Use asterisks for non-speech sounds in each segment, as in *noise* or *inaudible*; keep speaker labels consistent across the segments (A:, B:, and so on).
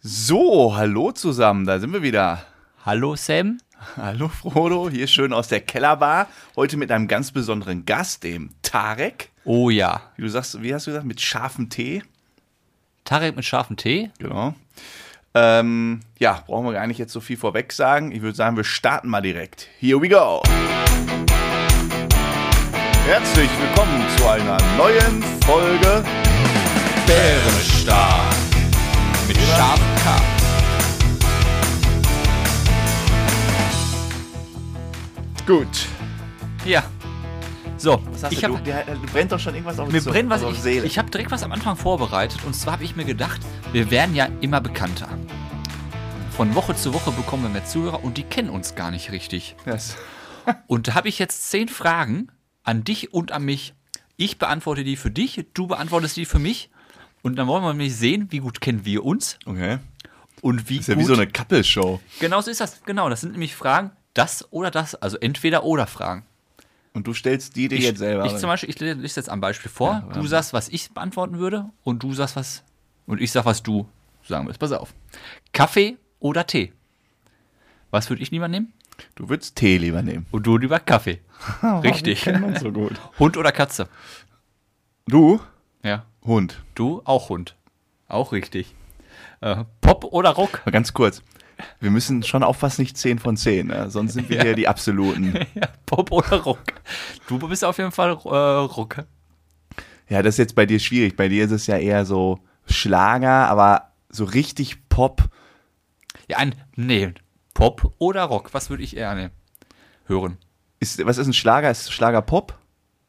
A: So, hallo zusammen, da sind wir wieder.
B: Hallo Sam.
A: Hallo Frodo, hier schön aus der Kellerbar. Heute mit einem ganz besonderen Gast, dem Tarek.
B: Oh ja.
A: Wie du sagst, wie hast du gesagt, mit scharfem Tee?
B: Tarek mit scharfem Tee?
A: Genau. Ähm, ja, brauchen wir gar nicht jetzt so viel vorweg sagen. Ich würde sagen, wir starten mal direkt. Here we go. Herzlich willkommen zu einer neuen Folge
B: Bärenstark. Mit scharfem K.
A: Gut.
B: Ja. So,
A: Was hast
B: ich
A: du?
B: hab,
A: Du, dir, dir brennt doch schon irgendwas auf,
B: mir
A: so-
B: brennt was.
A: auf
B: Ich,
A: Seele.
B: ich habe direkt was am Anfang vorbereitet und zwar habe ich mir gedacht, wir werden ja immer bekannter. Von Woche zu Woche bekommen wir mehr Zuhörer und die kennen uns gar nicht richtig.
A: Yes.
B: Und da habe ich jetzt zehn Fragen an dich und an mich. Ich beantworte die für dich, du beantwortest die für mich. Und dann wollen wir nämlich sehen, wie gut kennen wir uns
A: Okay.
B: und wie
A: Ist ja
B: gut
A: wie so eine Kappelshow.
B: Genau so ist das. Genau, das sind nämlich Fragen, das oder das, also entweder oder Fragen.
A: Und du stellst die dir
B: Ich,
A: jetzt selber.
B: ich zum Beispiel, ich lese jetzt ein Beispiel vor. du sagst, was ich beantworten würde und du sagst was und ich sag, was du sagen willst. Pass auf. Kaffee oder Tee? Was würde ich lieber nehmen?
A: du würdest Tee lieber nehmen.
B: Und du lieber Kaffee.
A: Oh,
B: Richtig.
A: so
B: *laughs*
A: gut.
B: Hund oder Katze?
A: Du?
B: Ja.
A: Hund.
B: Du auch Hund. Auch richtig. Äh, Pop oder Rock?
A: Mal ganz kurz. Wir müssen schon aufpassen, nicht 10 von 10. Ne? Sonst sind wir hier die Absoluten.
B: Ja, *laughs* Pop oder Rock? Du bist auf jeden Fall äh, Rock.
A: Ja, das ist jetzt bei dir schwierig. Bei dir ist es ja eher so Schlager, aber so richtig Pop.
B: Ja, ein, nee, Pop oder Rock, was würde ich eher nehmen? hören?
A: Ist, was ist ein Schlager? Ist Schlager Pop?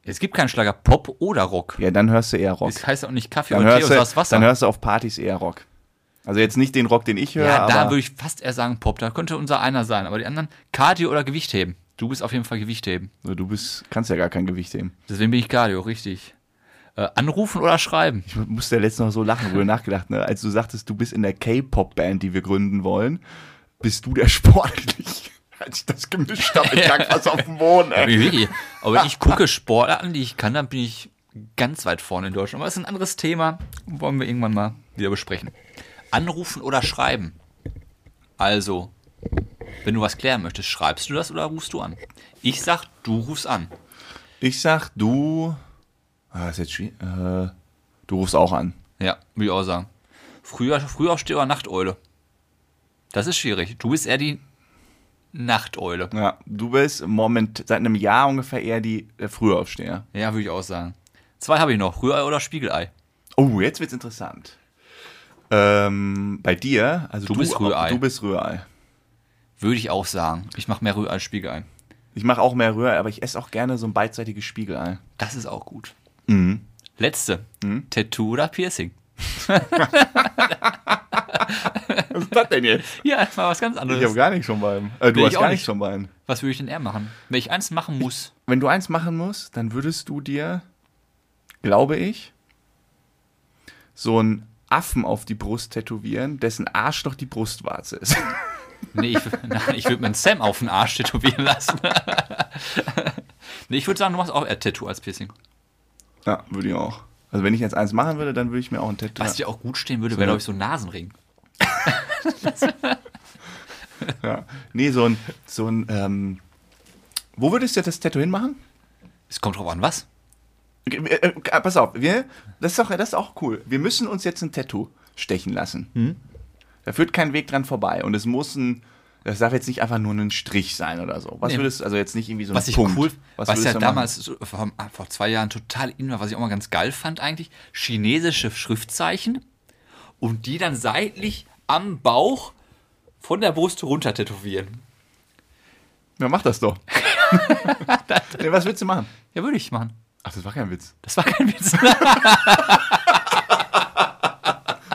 B: Es gibt keinen Schlager Pop oder Rock.
A: Ja, dann hörst du eher Rock.
B: Das heißt auch nicht Kaffee
A: Dann
B: und Tee
A: hörst,
B: und das
A: du,
B: Wasser.
A: dann hörst du auf Partys eher Rock. Also jetzt nicht den Rock, den ich höre.
B: ja, da
A: aber
B: würde ich fast eher sagen Pop. Da könnte unser einer sein. Aber die anderen, Cardio oder Gewicht heben. Du bist auf jeden Fall Gewicht heben.
A: du bist, kannst ja gar kein Gewicht heben.
B: Deswegen bin ich Cardio, richtig. Äh, anrufen oder schreiben.
A: Ich musste ja letztens noch so lachen, wo nachgedacht, ne? als du sagtest, du bist in der K-Pop-Band, die wir gründen wollen, bist du der *laughs* Sportliche. Als ich das gemischt habe, ich lag was auf dem Boden.
B: Aber
A: Ey. *laughs*
B: wirklich, aber ich gucke Sportler an, die ich kann, dann bin ich ganz weit vorne in Deutschland. Aber das ist ein anderes Thema. Wollen wir irgendwann mal wieder besprechen. Anrufen oder schreiben. Also, wenn du was klären möchtest, schreibst du das oder rufst du an? Ich sag, du rufst an.
A: Ich sag, du. Ah, ist jetzt schwierig. Äh, du rufst auch an.
B: Ja, würde ich auch sagen. Früher, früher oder Nachteule. Das ist schwierig. Du bist eher die Nachteule.
A: Ja, du bist im Moment seit einem Jahr ungefähr eher die äh, Frühaufsteher.
B: Ja, würde ich auch sagen. Zwei habe ich noch. Rührei oder Spiegelei?
A: Oh, jetzt wird's interessant. Ähm, bei dir, also du,
B: bist Rührei.
A: Du bist Rührei.
B: Würde ich auch sagen. Ich mache mehr Rührei als Spiegelei.
A: Ich mache auch mehr Rührei, aber ich esse auch gerne so ein beidseitiges Spiegelei.
B: Das ist auch gut. Letzte. Tattoo oder Piercing?
A: Was ist das denn jetzt?
B: Ja, das war was ganz
A: Ich habe
B: anderes.
A: gar nichts von beiden. Äh, du
B: Nee, ich
A: hast
B: auch
A: gar
B: nicht.
A: nichts von beiden.
B: Was würde ich denn eher machen? Wenn ich eins machen muss,
A: wenn du eins machen musst, dann würdest du dir, glaube ich, so einen Affen auf die Brust tätowieren, dessen Arsch doch die Brustwarze
B: *laughs*
A: ist.
B: nee, ich, *laughs* nein, ich würde mir einen Sam auf den Arsch tätowieren lassen. *laughs* nee, ich würde sagen, du machst auch eher Tattoo als Piercing.
A: Ja, würde ich auch. Also wenn ich jetzt eins machen würde, dann würde ich mir auch ein Tattoo.
B: Was dir auch gut stehen würde, wäre, glaube ich, so ein Nasenring.
A: Ja. Nee, so ein, so ein, ähm, wo würdest du das Tattoo hinmachen?
B: Es kommt drauf an, was?
A: Okay, äh, äh, pass auf, wir, das, ist doch, das ist auch cool. Wir müssen uns jetzt ein Tattoo stechen lassen.
B: Hm?
A: Da führt kein Weg dran vorbei. Und es muss ein, das darf jetzt nicht einfach nur ein Strich sein oder so. Was
B: Nee.
A: würdest also jetzt nicht irgendwie so ein
B: Was ich
A: Punkt.
B: cool, was,
A: was, würdest
B: ja
A: du
B: damals so, vor, ah, vor zwei Jahren total in war, was ich auch mal ganz geil fand eigentlich, chinesische Schriftzeichen und die dann seitlich am Bauch von der Brust runter tätowieren.
A: machen? Ja, mach das
B: *laughs*
A: doch. nee, was willst du machen?
B: Ja, würde ich machen.
A: Ach, das war kein Witz.
B: Das war kein Witz. ne?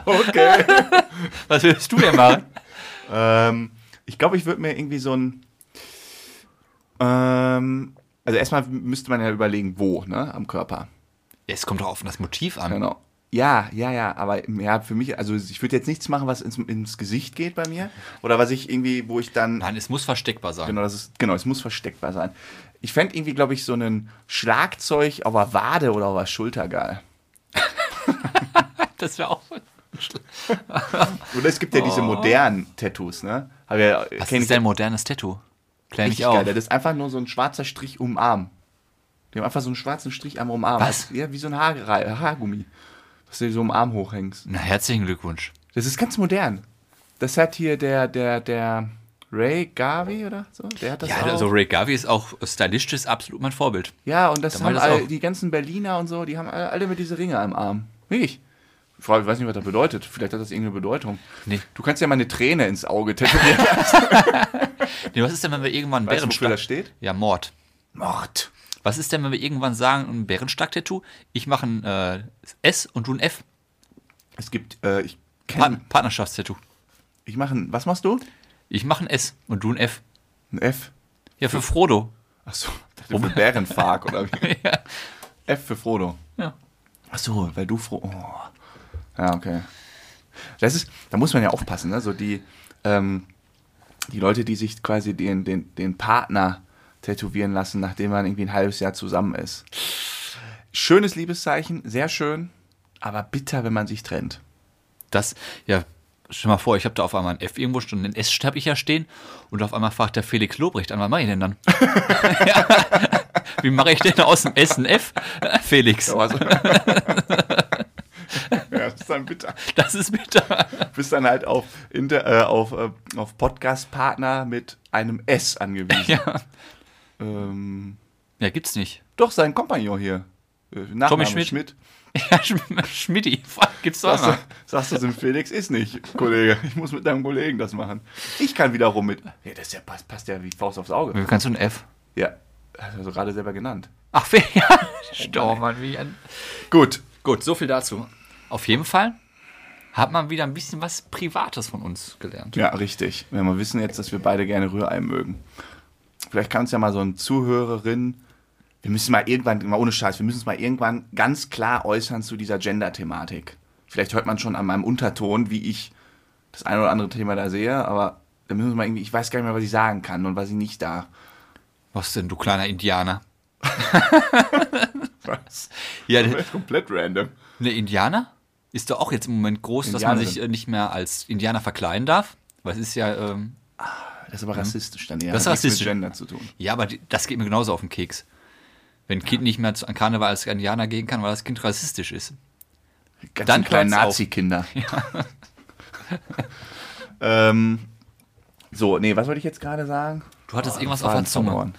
A: Okay.
B: *laughs* Was willst du denn machen?
A: ähm, ich glaube, ich würde mir irgendwie so ein, ähm, also erstmal müsste man ja überlegen, wo, ne, am Körper.
B: Es kommt doch auf das Motiv an.
A: Genau. Ja, ja, ja, aber ja, für mich, also ich würde jetzt nichts machen, was ins, ins Gesicht geht bei mir. Oder was ich irgendwie, wo ich dann.
B: Nein, es muss versteckbar sein.
A: Genau, das ist, genau, es muss versteckbar sein. Ich fände irgendwie, glaube ich, so einen Schlagzeug auf der Wade oder auf der Schulter geil.
B: Genau. Das wäre auch.
A: Oder es gibt ja diese modernen Tattoos, ne? Hab ja,
B: Was
A: kenn
B: Oh. ist denn ein modernes Tattoo? Klär mich
A: richtig
B: auf.
A: geil. Das ist einfach nur so ein schwarzer Strich um den Arm. Die haben einfach so einen schwarzen Strich am um Arm.
B: Was?
A: Ja, wie so ein Haarre- Haargummi. Dass du dir so am Arm hochhängst.
B: Na, herzlichen Glückwunsch.
A: Das ist ganz modern. Das hat hier der, der, der Ray Garvey oder so? Der hat das
B: Ja,
A: auch.
B: also Ray Gavi ist auch stilistisch absolut mein Vorbild.
A: Ja, und das
B: Dann
A: haben
B: mal das
A: all,
B: auch.
A: die ganzen Berliner und so, die haben alle, alle mit diese Ringe am Arm. Wirklich. Ich frage, ich weiß nicht, was das bedeutet. Vielleicht hat das irgendeine Bedeutung.
B: Nee.
A: Du kannst ja mal eine Träne ins Auge
B: *laughs*
A: tätowieren.
B: Nee, was ist denn, wenn wir irgendwann
A: weißt du, wofür
B: Bärenstark...
A: das steht?
B: Ja, Mord.
A: Mord.
B: Was ist denn, wenn wir irgendwann sagen, ein Bärenstark-Tattoo? Ich mache ein äh, S und du ein F.
A: Es gibt, äh, ich
B: Pa
A: kenn,
B: Partnerschaftstattoo.
A: ich mache ein, was machst du?
B: Ich mache ein S und du ein F.
A: Ein F.
B: Ja, für Frodo.
A: Achso, für Bärenfark oder wie?
B: *laughs* ja.
A: F für Frodo.
B: ja.
A: Achso, weil du Frodo. Oh. Ja, okay. Das ist, da muss man ja aufpassen, ne? So die, ähm, die Leute, die sich quasi den, den, den Partner tätowieren lassen, nachdem man irgendwie ein halbes Jahr zusammen ist. Schönes Liebeszeichen, sehr schön, aber bitter, wenn man sich trennt.
B: Das, ja, stell mal vor, ich habe da auf einmal ein F irgendwo stehen, ein S habe ich ja stehen und auf einmal fragt der Felix Lobrecht an, was mache ich denn *laughs* dann? ja. Wie mache ich denn aus dem S ein F? Äh, Felix,
A: Aber so. also *laughs* ja, das ist dann bitter.
B: das ist bitter.
A: Bist dann halt auf, Inter, äh, auf, äh, auf Podcast-Partner mit einem S angewiesen.
B: ja.
A: Ähm,
B: ja, gibt's nicht.
A: doch, sein Kompagnon hier. äh, Nachname
B: Tommy Schmidt.
A: Schmidt. Ah.
B: Ja, Schm- Schmidti, gibt's doch
A: Sagst du,
B: immer.
A: sagst du dem Felix, ist nicht, Kollege. Ich muss mit deinem Kollegen das machen. Ich kann wiederum mit. Ja, das ist ja, passt, passt ja wie Faust aufs Auge.
B: Wie kannst du ein F?
A: Ja, hast du also gerade selber genannt.
B: Ach, Fe- *laughs* ja. Stopp, Mann, wie ein.
A: Gut.
B: Gut, so viel dazu. Auf jeden Fall hat man wieder ein bisschen was Privates von uns gelernt.
A: Ja, richtig. Wenn wir wissen jetzt, dass wir beide gerne Rührei mögen. Vielleicht kann uns ja mal so ein Zuhörerin. Wir müssen mal irgendwann, mal ohne Scheiß, wir müssen uns mal irgendwann ganz klar äußern zu dieser Gender-Thematik. Vielleicht hört man schon an meinem Unterton, wie ich das ein oder andere Thema da sehe, aber da müssen wir mal irgendwie, ich weiß gar nicht mehr, was ich sagen kann und was ich nicht darf.
B: Was denn, du kleiner Indianer?
A: Was?
B: Ja,
A: Das ist *laughs* komplett random.
B: Ne, Indianer ist doch auch jetzt im Moment groß, dass man
A: Indianerin.
B: sich äh, nicht mehr als Indianer verkleiden darf. Weil es ist ja, ähm,
A: Das ist aber rassistisch dann eher.
B: Das ist
A: Hat nichts
B: rassistisch.
A: Mit Gender zu tun.
B: ja, aber die, das geht mir genauso auf den Keks. Wenn ein Kind nicht mehr zu- an Karneval als Indianer gehen kann, weil das Kind rassistisch ist.
A: Ganz
B: Dann
A: kleine
B: hört's auf. *laughs*
A: Nazi-Kinder. *laughs* ähm, so, nee, was wollte ich jetzt gerade sagen?
B: Du hattest
A: Oh,
B: irgendwas
A: den
B: auf der
A: Faden
B: Zunge.
A: Verloren.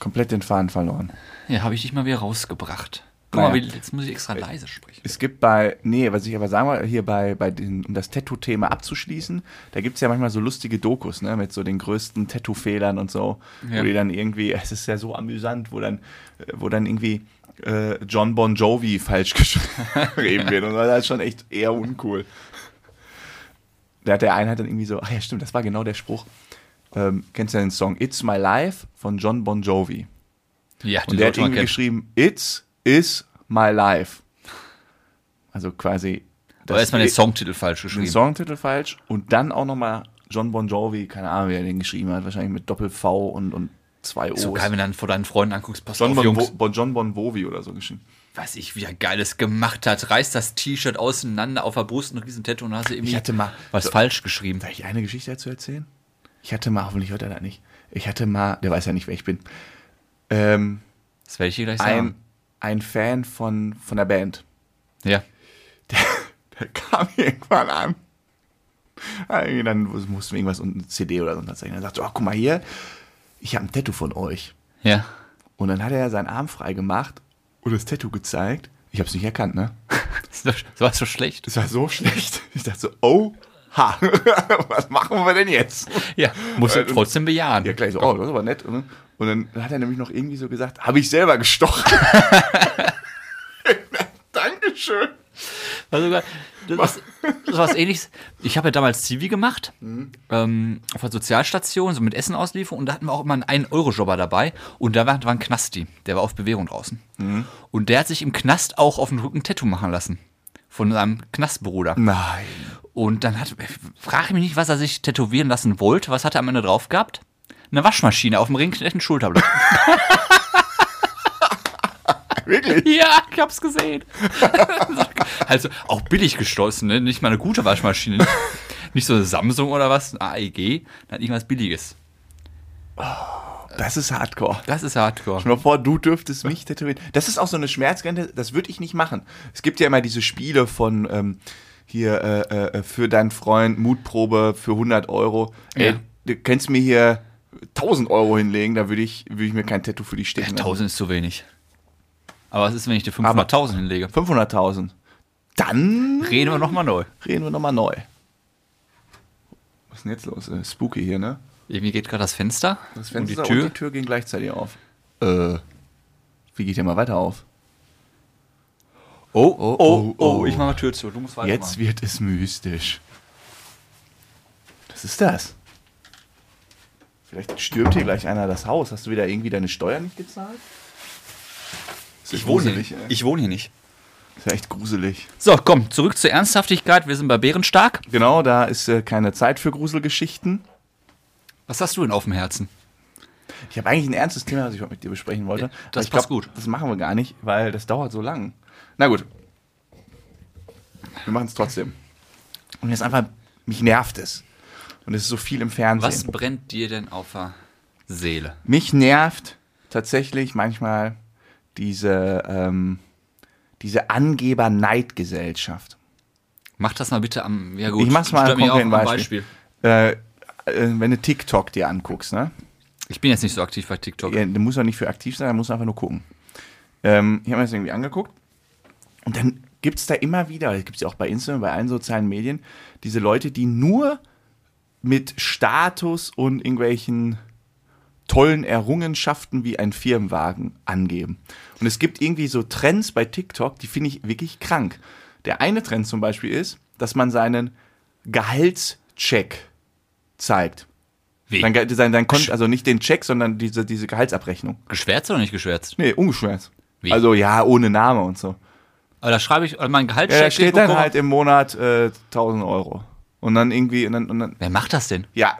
A: Komplett den Faden verloren.
B: Ja, habe ich dich mal wieder rausgebracht. Guck
A: Naja. Äh,
B: mal, wie- jetzt muss ich extra leise sprechen.
A: Es gibt bei, nee, was ich aber sagen wollte, hier bei, bei den, um das Tattoo-Thema abzuschließen, da gibt es ja manchmal so lustige Dokus, ne, mit so den größten Tattoo-Fehlern und so,
B: Ja.
A: wo die dann irgendwie, *laughs* es ist ja so amüsant, wo dann, äh, wo dann irgendwie äh, John Bon Jovi falsch *laughs* geschrieben wird und das ist schon echt eher uncool. Da hat der eine hat dann irgendwie so, ach ja, stimmt, das war genau der Spruch. Ähm, kennst du ja den Song It's My Life von John Bon Jovi?
B: Ja,
A: Und der hat irgendwie geschrieben, It's is my life. Also quasi.
B: Da ist mal den
A: den,
B: Songtitel falsch geschrieben.
A: den Songtitel falsch und dann auch nochmal John Bon Jovi, keine Ahnung, wer den geschrieben hat, wahrscheinlich mit Doppel-V und, und zwei O's.
B: so geil, wenn du dann vor deinen Freunden anguckst, pass
A: John,
B: auf,
A: bon
B: Jungs.
A: Bo, bon, John Bon Jovi oder so geschrieben.
B: Was ich wieder Geiles gemacht hat, reißt das T-Shirt auseinander auf der Brust und riesen Tattoo und hast du irgendwie
A: Ich hatte mal-
B: was falsch geschrieben.
A: Soll ich eine Geschichte dazu erzählen? Ich hatte mal, hoffentlich hört er das nicht. Ich hatte mal, der weiß ja nicht, wer ich bin, ähm,
B: Das werde ich dir gleich sagen.
A: ein, ein Fan von, von der Band.
B: Ja.
A: Der kam irgendwann an. Irgendwie Dann mussten wir irgendwas und eine CD oder so unterzeichnen. Er sagte, oh, guck mal hier, ich habe ein Tattoo von euch.
B: Ja. *laughs*
A: Und dann hat er seinen Arm frei gemacht und das Tattoo gezeigt. Ich habe es nicht erkannt, ne?
B: Das war- das war so schlecht.
A: Das war so schlecht. Ich dachte so, oh, ha, *laughs* was machen wir denn jetzt?
B: Ja, muss er
A: Äh,
B: trotzdem bejahen.
A: Ja, gleich so, oh, das ist aber nett. ne? Und dann hat er nämlich noch irgendwie so gesagt, habe ich selber gestochen. *laughs* Dankeschön.
B: War sogar, das, ist, das war was ähnliches. Ich habe ja damals Zivi gemacht,
A: Mhm.
B: ähm, auf der Sozialstation, so mit Essen auslieferung und da hatten wir auch immer einen 1-Euro-Jobber dabei und da war, war ein Knasti, der war auf Bewährung draußen.
A: Mhm.
B: Und der hat sich im Knast auch auf den Rücken ein Tattoo machen lassen. Von seinem Knastbruder.
A: Nein.
B: Und dann hat, frage ich mich nicht, was er sich tätowieren lassen wollte. Was hat er am Ende drauf gehabt? *laughs* Eine Waschmaschine auf dem rechten Schulterblatt.
A: Wirklich?
B: Ja, ich hab's gesehen. *laughs* also auch billig gestoßen, ne? nicht mal eine gute Waschmaschine. nicht so eine E Samsung oder was, ein AEG, dann irgendwas Billiges.
A: Das ist Hardcore.
B: Das ist Hardcore.
A: Stell dir mal vor, du dürftest mich tätowieren. Das ist auch so eine Schmerzgrenze, das würde ich nicht machen. Es gibt ja immer diese Spiele von ähm, hier äh, äh, für deinen Freund, Mutprobe für 100 Euro. Ey,
B: Ja.
A: du kannst mir hier 1000 Euro hinlegen, da würde ich, würde ich mir kein Tattoo für dich stechen. lassen.
B: 1000 ist zu wenig. ne? Aber was ist, wenn ich dir 500.000 hinlege?
A: 500.000. Dann
B: Reden wir nochmal neu.
A: reden wir nochmal neu. Was ist denn jetzt los? Äh, Spooky hier, ne?
B: Irgendwie geht gerade das Fenster,
A: Das Fenster
B: und die Tür.
A: und die Tür gehen gleichzeitig auf. Äh, wie geht der mal weiter auf?
B: oh, oh,
A: oh,
B: oh,
A: oh.
B: ich mache mal Tür zu. Du musst weitermachen.
A: Jetzt wird es mystisch. Was ist das? Vielleicht stürmt hier gleich einer das Haus. Hast du wieder irgendwie deine Steuern nicht gezahlt? Ist ja
B: ich wohne hier
A: gruselig,
B: nicht.
A: ey.
B: Ich wohne hier nicht.
A: Ist ja echt gruselig.
B: So, komm, zurück zur Ernsthaftigkeit. Wir sind bei Bärenstark.
A: Genau, da ist äh, keine Zeit für Gruselgeschichten.
B: Was hast du denn auf dem Herzen?
A: Ich habe eigentlich ein ernstes Thema, was ich heute mit dir besprechen wollte.
B: Ja, das
A: Aber ich
B: passt
A: glaub,
B: gut.
A: Das machen wir gar nicht, weil das dauert so lang. Na gut. Wir machen es trotzdem. Und jetzt einfach, mich nervt es. Und es ist so viel im Fernsehen.
B: Was brennt dir denn auf der Seele?
A: Mich nervt tatsächlich manchmal diese, ähm, diese Angeber-Neid-Gesellschaft.
B: Mach das mal bitte am. Ja, gut.
A: Ich mach's mal
B: stört
A: am
B: mich auch
A: konkreten
B: am
A: Beispiel. Äh, äh, wenn du TikTok dir anguckst, ne?
B: Ich bin jetzt nicht so aktiv bei TikTok.
A: Ja, du musst auch nicht für aktiv sein, du musst einfach nur gucken. Ähm, ich habe mir das irgendwie angeguckt. Und dann gibt es da immer wieder, das gibt es ja auch bei Instagram, bei allen sozialen Medien, diese Leute, die nur mit Status und irgendwelchen tollen Errungenschaften wie ein Firmenwagen angeben. Und es gibt irgendwie so Trends bei TikTok, die finde ich wirklich krank. Der eine Trend zum Beispiel ist, dass man seinen Gehaltscheck zeigt.
B: Wie?
A: Dein, Ge- dein, dein Konto, also nicht den Check, sondern diese, diese Gehaltsabrechnung.
B: Geschwärzt oder nicht geschwärzt?
A: Nee, ungeschwärzt.
B: Wie?
A: Also ja, ohne Name und so.
B: Aber da schreibe ich mein Gehaltscheck.
A: Ja, da steht
B: den ich
A: dann
B: bekomme.
A: halt im Monat äh, 1000 Euro. Und dann irgendwie, und dann, und dann
B: Wer macht das denn?
A: ja.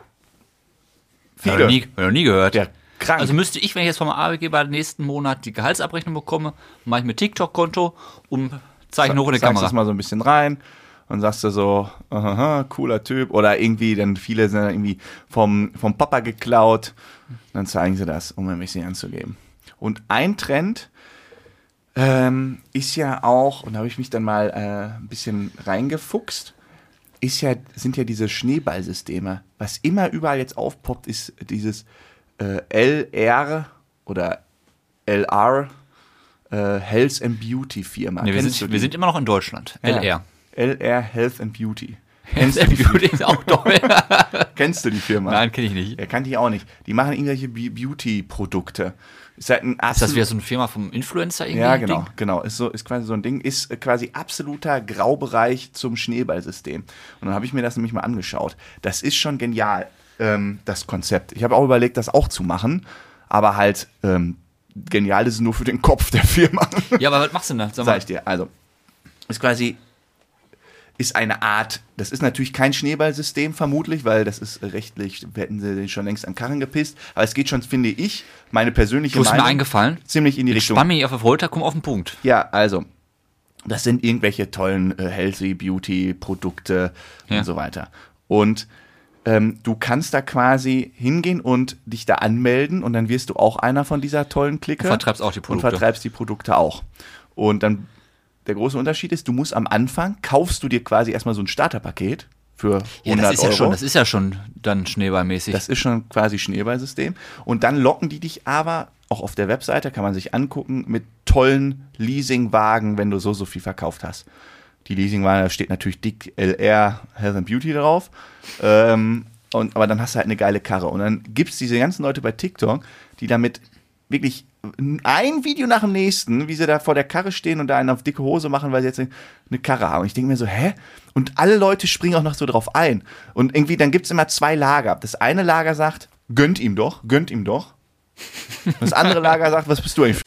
B: Hab ich
A: Viele.
B: nie, hab ich noch nie gehört.
A: Ja, krank.
B: Also müsste ich, wenn ich jetzt vom Arbeitgeber nächsten Monat die Gehaltsabrechnung bekomme, mache ich mir TikTok-Konto und zeichne hoch in die
A: Zeigst
B: Kamera.
A: das mal so ein bisschen rein und sagst da so, aha, cooler Typ. Oder irgendwie, dann viele sind dann irgendwie vom, vom Papa geklaut. Dann zeigen sie das, um ein bisschen anzugeben. Und ein Trend ähm, ist ja auch, und da habe ich mich dann mal äh, ein bisschen reingefuchst, ist ja, sind ja diese Schneeballsysteme. Was immer überall jetzt aufpoppt, ist dieses äh, LR oder LR, äh, Health and Beauty Firma.
B: Nee, wir,
A: Kennst du
B: sind,
A: die?
B: wir sind immer noch in Deutschland. LR.
A: LR Health and
B: *laughs*
A: Beauty.
B: Kennst du die ist auch *laughs* toll.
A: *laughs* Kennst du die Firma?
B: Nein, kenne ich nicht.
A: Ja, kannte ich auch nicht. Die machen irgendwelche Be- Beauty-Produkte. Ist halt ein
B: Ist das
A: absolut-
B: wieder so eine Firma vom Influencer irgendwie?
A: Ja, genau,
B: Ding?
A: genau. Ist, so, ist quasi so ein Ding, ist äh, quasi absoluter Graubereich zum Schneeballsystem. Und dann habe ich mir das nämlich mal angeschaut. Das ist schon genial, ähm, das Konzept. Ich habe auch überlegt, das auch zu machen, aber halt ähm, genial ist es nur für den Kopf der Firma. *laughs*
B: Ja, aber was machst du denn da? Sag mal.
A: Sag ich dir. Also, ist quasi, ist eine Art, das ist natürlich kein Schneeballsystem vermutlich, weil das ist rechtlich, wir hätten sie den schon längst an Karren gepisst, aber es geht schon, finde ich, meine persönliche
B: Du ist mir
A: Meinung
B: eingefallen.
A: ziemlich in die
B: Ich
A: Richtung.
B: spann mich auf Volta, komm auf den Punkt.
A: Ja, also, das sind irgendwelche tollen äh, Healthy Beauty Produkte
B: Ja.
A: und so weiter. Und ähm, du kannst da quasi hingehen und dich da anmelden und dann wirst du auch einer von dieser tollen Clique.
B: Und vertreibst auch die Produkte.
A: Und vertreibst die Produkte auch. Und dann der große Unterschied ist, du musst am Anfang, kaufst du dir quasi erstmal so ein Starterpaket für 100
B: Ja, das ist
A: Euro.
B: ja schon, das ist ja schon dann schneeballmäßig.
A: Das ist schon quasi Schneeballsystem. Und dann locken die dich aber, auch auf der Webseite kann man sich angucken, mit tollen Leasingwagen, wenn du so, so viel verkauft hast. Die Leasingwagen, da steht natürlich dick LR Health and Beauty drauf. Ähm, und, aber dann hast du halt eine geile Karre. Und dann gibt es diese ganzen Leute bei TikTok, die damit wirklich ein Video nach dem nächsten, wie sie da vor der Karre stehen und da einen auf dicke Hose machen, weil sie jetzt eine Karre haben. Und ich denke mir so, hä? Und alle Leute springen auch noch so drauf ein. Und irgendwie, dann gibt es immer zwei Lager. Das eine Lager sagt, gönnt ihm doch, gönnt ihm doch. Und das andere Lager sagt, was bist du eigentlich?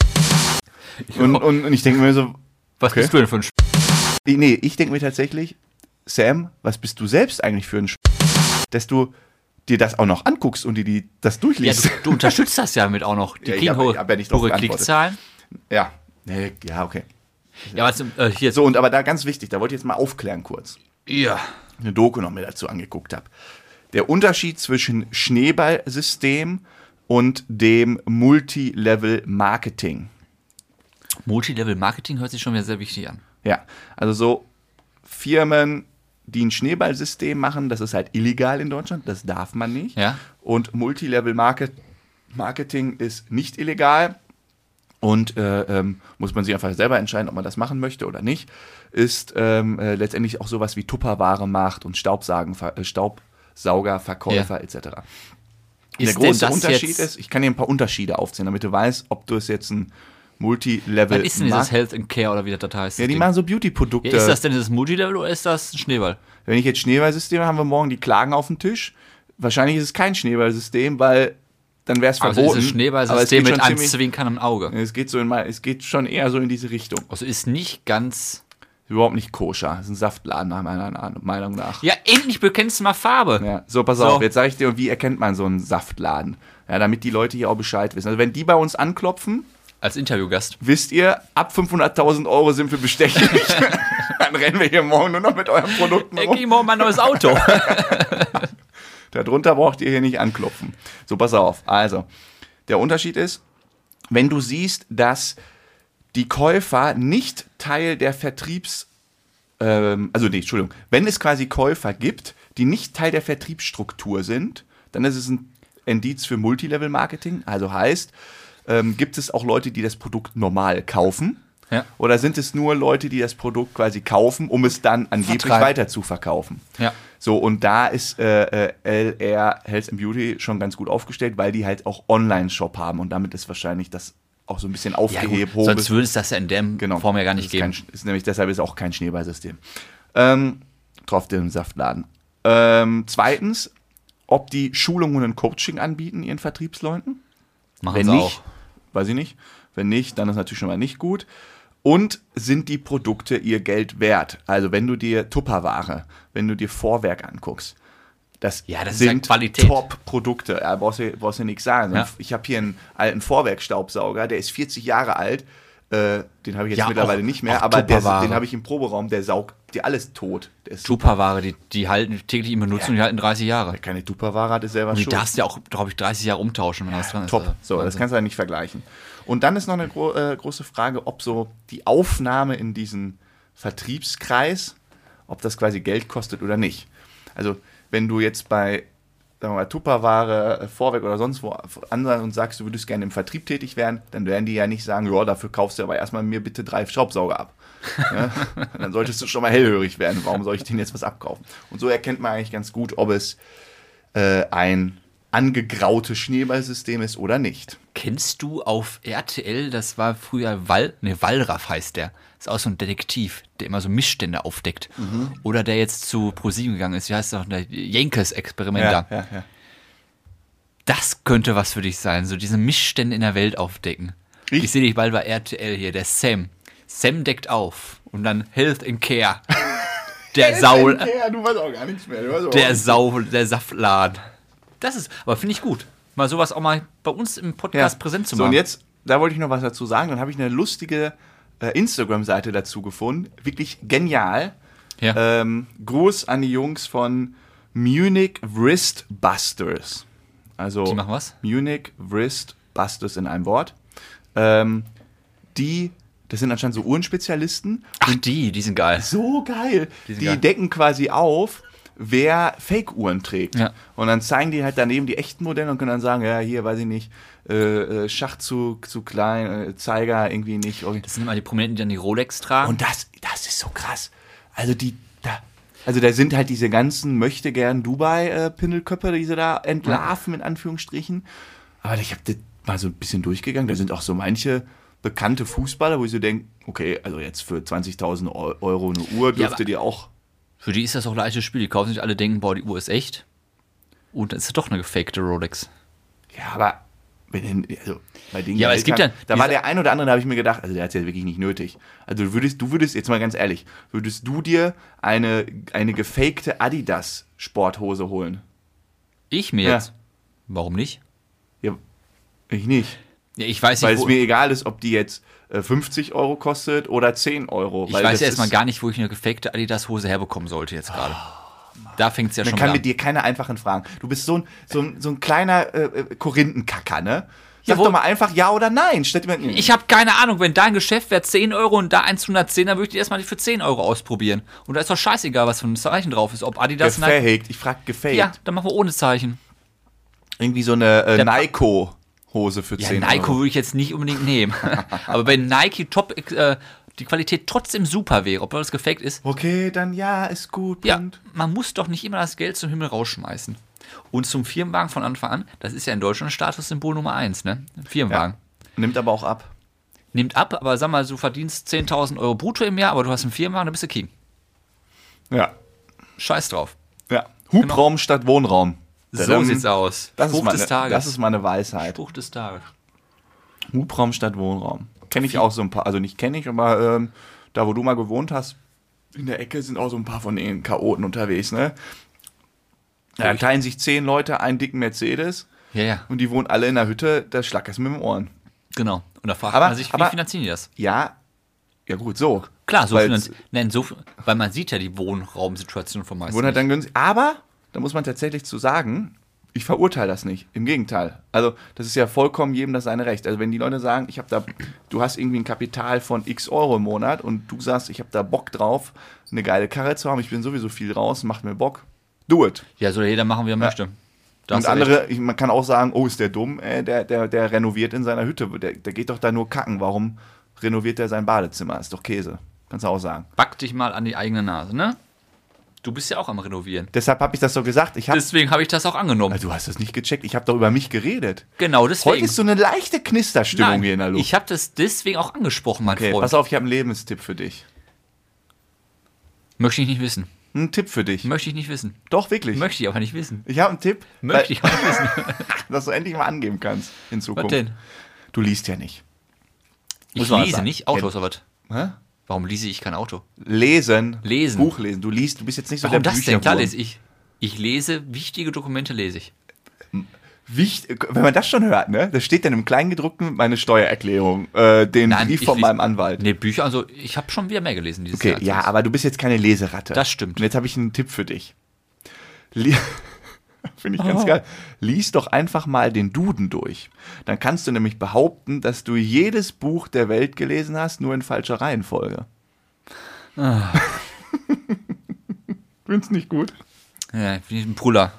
A: für- Und, und, und ich denke mir so,
B: Was
A: okay.
B: bist du denn für ein Sch
A: Nee, ich denke mir tatsächlich, Sam, was bist du selbst eigentlich für ein Sch dass du dir das auch noch anguckst und dir die, das
B: ja,
A: durchliest.
B: du, du unterstützt das ja mit auch noch. Die
A: Ja, ich
B: kriegen
A: hab-
B: hohe,
A: ich hab ja nicht drauf
B: hohe
A: geantwortet.
B: Klickzahlen.
A: Ja, Nee, ja, okay.
B: Ja, was, äh, hier,
A: So, und aber da ganz wichtig, da wollte ich jetzt mal aufklären kurz.
B: ja.
A: eine Doku noch mir dazu angeguckt habe. Der Unterschied zwischen Schneeballsystem und dem Multilevel-Marketing.
B: Multilevel-Marketing hört sich schon wieder sehr wichtig an.
A: Ja, also so Firmen, die ein Schneeballsystem machen, das ist halt illegal in Deutschland, das darf man nicht.
B: Ja.
A: Und Multilevel-Marketing ist nicht illegal und äh, ähm, muss man sich einfach selber entscheiden, ob man das machen möchte oder nicht. Ist ähm, äh, letztendlich auch sowas wie Tupperware macht und Staubsagen, äh, Staubsaugerverkäufer etc. Der große Unterschied
B: jetzt,
A: ist, ich kann dir ein paar Unterschiede aufzählen, damit du weißt, ob du es jetzt ein
B: Was
A: Multilevel
B: ist denn
A: äh,
B: dieses
A: Mark-
B: Health and Care oder wie das da heißt?
A: Ja, die
B: Ding?
A: machen so Beauty-Produkte.
B: ja, ist das denn dieses Multilevel oder ist das ein Schneeball?
A: Wenn ich jetzt Schneeballsystem habe, haben wir morgen die Klagen auf dem Tisch. Wahrscheinlich ist es kein Schneeballsystem, weil dann wäre es
B: Also
A: verboten.
B: ist
A: Aber es geht
B: es Schneeballsystem mit
A: schon
B: einem
A: ziemlich-
B: Zwinkern im Auge.
A: Es geht, so in, mal- es geht schon eher so in diese Richtung.
B: Also ist nicht ganz.
A: Überhaupt nicht koscher. Ist ein Saftladen, nach meiner meiner Meinung nach.
B: Ja, endlich bekennst du mal Farbe.
A: Ja, so, pass
B: So.
A: auf, jetzt sage ich dir, wie erkennt man so einen Saftladen? Ja, damit die Leute hier auch Bescheid wissen. Also, wenn die bei uns anklopfen,
B: Als Interviewgast.
A: wisst ihr, ab 500.000 Euro sind wir bestechlich.
B: *laughs*
A: Dann rennen wir hier morgen nur noch mit euren Produkten
B: Ey,
A: rum.
B: gib mir mal ein neues
A: *laughs*
B: Auto.
A: Darunter braucht ihr hier nicht anklopfen. So, pass auf. Also, der Unterschied ist, wenn du siehst, dass die Käufer nicht Teil der Vertriebs... Ähm, also, nee, Entschuldigung. Wenn es quasi Käufer gibt, die nicht Teil der Vertriebsstruktur sind, dann ist es ein Indiz für Multilevel-Marketing. Also heißt, ähm, gibt es auch Leute, die das Produkt normal kaufen?
B: Ja.
A: Oder sind es nur Leute, die das Produkt quasi kaufen, um es dann angeblich
B: Vertreiben.
A: weiter zu verkaufen?
B: Ja.
A: So, und da ist äh, äh, LR Health and Beauty schon ganz gut aufgestellt, weil die halt auch Online-Shop haben und damit ist wahrscheinlich das auch so ein bisschen
B: Ja,
A: aufgehoben.
B: gut, sonst würde es das ja in der Form ja gar nicht
A: genau. ist kein,
B: geben.
A: Ist nämlich deshalb ist auch kein Schneeballsystem. Ähm, drauf den Saftladen. Ähm, zweitens, ob die Schulungen und Coaching anbieten ihren Vertriebsleuten.
B: Machen
A: Wenn
B: sie
A: nicht,
B: auch.
A: weiß ich nicht. Wenn nicht, dann ist natürlich schon mal nicht gut. Und sind die Produkte ihr Geld wert? Also wenn du dir Tupperware, wenn du dir Vorwerk anguckst, das,
B: Ja, das ist ja
A: sind
B: Qualität.
A: Top-Produkte. Ja, brauchst du brauchst du nichts sagen.
B: Ja.
A: Ich habe hier einen alten Vorwerkstaubsauger, der ist 40 Jahre alt. Äh, den habe ich jetzt
B: Ja,
A: mittlerweile
B: auch-
A: nicht mehr,
B: auch
A: aber der,
B: Tupperware.
A: den habe ich im Proberaum, der saugt dir alles tot. Der ist
B: Tupperware, die, die halten täglich in Benutzung, die halten 30 Jahre.
A: keine Tupperware, hat er selber
B: Die
A: schon.
B: darfst du ja auch, glaube ich, 30 Jahre umtauschen, wenn das dran ist.
A: Top.
B: Also,
A: So, das
B: Wahnsinn.
A: kannst du ja nicht vergleichen. Und dann ist noch eine gro äh, große Frage, ob so die Aufnahme in diesen Vertriebskreis, ob das quasi Geld kostet oder nicht. Also, wenn du jetzt bei, sagen wir mal, Tupperware, äh, Vorwerk oder sonst wo anderen und sagst, du würdest gerne im Vertrieb tätig werden, dann werden die ja nicht sagen, ja, dafür kaufst du aber erstmal mir bitte drei Staubsauger ab. Ja? dann solltest du schon mal hellhörig werden. Warum soll ich denen jetzt was abkaufen? Und so erkennt man eigentlich ganz gut, ob es äh, ein angegrautes Schneeballsystem ist oder nicht.
B: Kennst du auf RTL, das war früher Wal, ne, Wallraff heißt der. Ist auch so ein Detektiv, der immer so Missstände aufdeckt.
A: Mhm.
B: Oder der jetzt zu ProSieben gegangen ist, wie heißt das noch, der Jenkes-Experiment da.
A: ja, ja.
B: Das könnte was für dich sein, so diese Missstände in der Welt aufdecken.
A: Ich-
B: Ich, sehe dich bald bei RTL hier, der Sam. Sam deckt auf und dann Health
A: *laughs*
B: and Care. Der Saul,
A: Äh, Ja, du weißt auch gar nichts mehr. Du weißt auch
B: Der Sau, der Saftladen. Das ist, aber finde ich gut. Mal sowas auch mal bei uns im Podcast präsent zu
A: So,
B: machen.
A: und jetzt, da wollte ich noch was dazu sagen. Dann habe ich eine lustige äh, Instagram-Seite dazu gefunden. Wirklich genial.
B: ja.
A: Ähm, Gruß an die Jungs von Munich Wrist Busters. Also
B: Die machen was?
A: Munich Wrist Busters in einem Wort. Ähm, die, das sind anscheinend so Uhrenspezialisten
B: Ach, die, die sind geil.
A: so geil. Die,
B: sind geil.
A: decken quasi auf, wer Fake-Uhren trägt.
B: Ja.
A: Und dann zeigen die halt daneben die echten Modelle und können dann sagen, ja, hier, weiß ich nicht, äh, äh, Schacht zu, zu klein, äh, Zeiger irgendwie nicht.
B: Das sind immer die Prominenten, die dann die Rolex tragen.
A: Und das, das ist so krass. Also die, da, also da sind halt diese ganzen möchte gern Dubai-Pindelköpfe, die sie da entlarven, in Anführungsstrichen. Aber ich habe das mal so ein bisschen durchgegangen. Da sind auch so manche bekannte Fußballer, wo ich so denke, okay, also jetzt für 20.000 Eu- Euro eine Uhr dürfte
B: aber-
A: dir auch
B: Für die ist das auch ein leichtes Spiel. Die kaufen sich alle, denken, boah, die Uhr ist echt. Und dann ist das doch eine gefakte Rolex.
A: Ja, aber wenn denn, also bei den
B: Ja, aber es gibt
A: Gehältern-
B: ja-
A: da war
B: diese-
A: der ein oder andere, da habe ich mir gedacht, also der hat es ja wirklich nicht nötig. Also du würdest, du würdest, jetzt mal ganz ehrlich, würdest du dir eine, eine gefakte Adidas Sporthose holen?
B: Ich mir
A: Ja.
B: jetzt. Warum nicht?
A: Ja, ich nicht.
B: Ja, ich weiß
A: Weil
B: nicht,
A: es
B: wo,
A: mir egal ist, ob die jetzt äh, 50 Euro kostet oder 10 Euro.
B: ich
A: weil
B: weiß
A: das
B: ja erstmal
A: ist-
B: gar nicht, wo ich eine gefakte Adidas-Hose herbekommen sollte jetzt gerade. da fängt es ja
A: Man Ah,
B: schon
A: kann
B: wieder an.
A: mit dir keine einfachen Fragen. Du bist so ein, so ein, so ein kleiner äh, äh, Korinthenkacker, ne? Sag
B: Ja, wo-
A: doch mal einfach ja oder nein. Statt immer,
B: Ich habe keine Ahnung, wenn da ein Geschäft wäre 10 Euro und da eins zu 110, dann würde ich die erstmal für 10 Euro ausprobieren. Und da ist doch scheißegal, was für ein Zeichen drauf ist. Ob Adidas Nike-
A: gefaked. Ich frag gefaked.
B: Ja, dann machen wir ohne Zeichen.
A: Irgendwie so eine äh,
B: Der-
A: Nike-Hose für
B: Ja,
A: 10
B: Nike
A: Euro.
B: würde ich jetzt nicht unbedingt nehmen. *laughs* Aber wenn Nike top, äh, die Qualität trotzdem super wäre, obwohl das gefaked ist,
A: Okay, dann ja, ist gut.
B: ja,
A: Punkt.
B: man muss doch nicht immer das Geld zum Himmel rausschmeißen. Und zum Firmenwagen von Anfang an, das ist ja in Deutschland Statussymbol Nummer 1, ne? Firmenwagen.
A: Nimmt aber auch ab.
B: Nimmt ab, aber sag mal, du verdienst 10.000 Euro brutto im Jahr, aber du hast einen Firmenwagen, dann bist du King.
A: Ja.
B: Scheiß drauf.
A: ja. Genau. Hubraum statt Wohnraum.
B: So
A: Dann-
B: sieht's aus.
A: Das ist,
B: Spruch
A: meine,
B: des Tages.
A: das ist meine Weisheit.
B: Spruch des Tages.
A: Hubraum statt Wohnraum. Kenne ich auch so ein paar, also nicht kenne ich, aber ähm, da wo du mal gewohnt hast, in der Ecke sind auch so ein paar von den Chaoten unterwegs, ne? Da teilen sich zehn Leute einen dicken Mercedes
B: Ja, ja,
A: und die wohnen alle in der Hütte, da schlackert es mit den Ohren.
B: genau. Und da fragt
A: Aber-
B: man sich, wie
A: aber-
B: finanzieren die das?
A: Ja, ja gut, so.
B: Klar, so
A: Weil
B: finanz- nein, so, weil man sieht ja die Wohnraumsituation von meisten.
A: Wurden halt
B: nicht.
A: dann günstig. Aber, da muss man tatsächlich zu sagen, ich verurteile das nicht. Im Gegenteil. Also, das ist ja vollkommen jedem das seine Recht. Also, wenn die Leute sagen, ich habe da, du hast irgendwie ein Kapital von x Euro im Monat und du sagst, ich habe da Bock drauf, eine geile Karre zu haben, ich bin sowieso viel raus, macht mir Bock. Do it.
B: Ja, soll jeder machen, wie er möchte. Da hast
A: und
B: du recht.
A: andere, ich, man kann auch sagen, oh, ist der dumm, äh, der, der, der renoviert in seiner Hütte. Der, der geht doch da nur kacken. Warum renoviert er sein Badezimmer? Ist doch Käse. Kannst du auch sagen.
B: Back dich mal an die eigene Nase, ne? Du bist ja auch am Renovieren.
A: Deshalb habe ich das so gesagt. Ich hab,
B: Deswegen habe ich das auch angenommen.
A: du hast das nicht gecheckt. Ich habe doch über mich geredet.
B: Genau,
A: Also, Heute
B: deswegen.
A: ist so eine leichte Knisterstimmung
B: Nein,
A: hier in der Luft.
B: Ich habe das deswegen auch angesprochen, mein
A: okay,
B: Freund.
A: pass auf, ich habe einen Lebenstipp für dich.
B: Möchte ich nicht wissen.
A: Einen Tipp für dich.
B: Möchte ich nicht wissen.
A: Doch, wirklich.
B: Möchte ich aber nicht wissen.
A: ich habe einen Tipp,
B: Möchte ich aber nicht wissen.
A: weil, dass du endlich mal angeben kannst in Zukunft.
B: Was denn?
A: Du liest ja nicht.
B: Ich
A: Muss man
B: lese
A: sagen.
B: nicht Autos, aber was?
A: Hä?
B: Warum lese ich kein Auto?
A: Lesen.
B: Lesen.
A: Buch lesen. Du liest, du bist jetzt nicht so
B: Warum
A: der
B: das denn? Klar
A: Bücherwurm.
B: lese ich. Ich lese wichtige Dokumente, lese ich.
A: Wicht, wenn man das schon hört, ne? Da steht dann im Kleingedruckten meine Steuererklärung, äh, den
B: Nein,
A: Brief
B: ich
A: von
B: lese-
A: meinem Anwalt.
B: Nee, Bücher, also ich habe schon wieder mehr gelesen dieses
A: Halt. Okay, ja,
B: Jahr. als sonst.
A: aber du bist jetzt keine Leseratte.
B: Das stimmt.
A: Und jetzt habe ich einen Tipp für dich. Li- *laughs* Finde ich ganz
B: Oh.
A: geil. Lies doch einfach mal den Duden durch. Dann kannst du nämlich behaupten, dass du jedes Buch der Welt gelesen hast, nur in falscher Reihenfolge.
B: Ah.
A: *laughs* Findest nicht gut?
B: Ja, bin ich ein Brüller.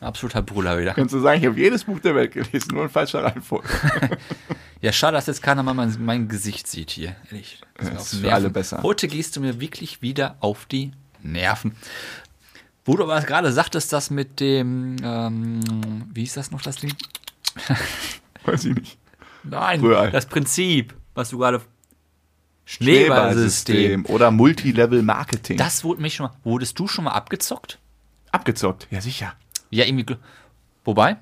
B: Ein absoluter Brüller wieder.
A: Kannst du sagen, ich habe jedes Buch der Welt gelesen, nur in falscher Reihenfolge. *laughs*
B: Ja, schade, dass jetzt keiner mal mein, mein Gesicht sieht hier. Ehrlich. Das mir
A: ist
B: auf
A: für
B: die Nerven.
A: alle besser.
B: Heute gehst du mir wirklich wieder auf die Nerven. Wo du aber gerade sagtest, das mit dem, ähm, wie ist das noch, das Ding?
A: Weiß ich nicht.
B: Nein,
A: Rührei.
B: das Prinzip, was du gerade, Schneeballsystem.
A: Schneeballsystem oder Multilevel-Marketing.
B: Das wurde mich schon mal, wurdest du schon mal abgezockt?
A: Abgezockt, ja sicher.
B: Ja, irgendwie, gl- wobei,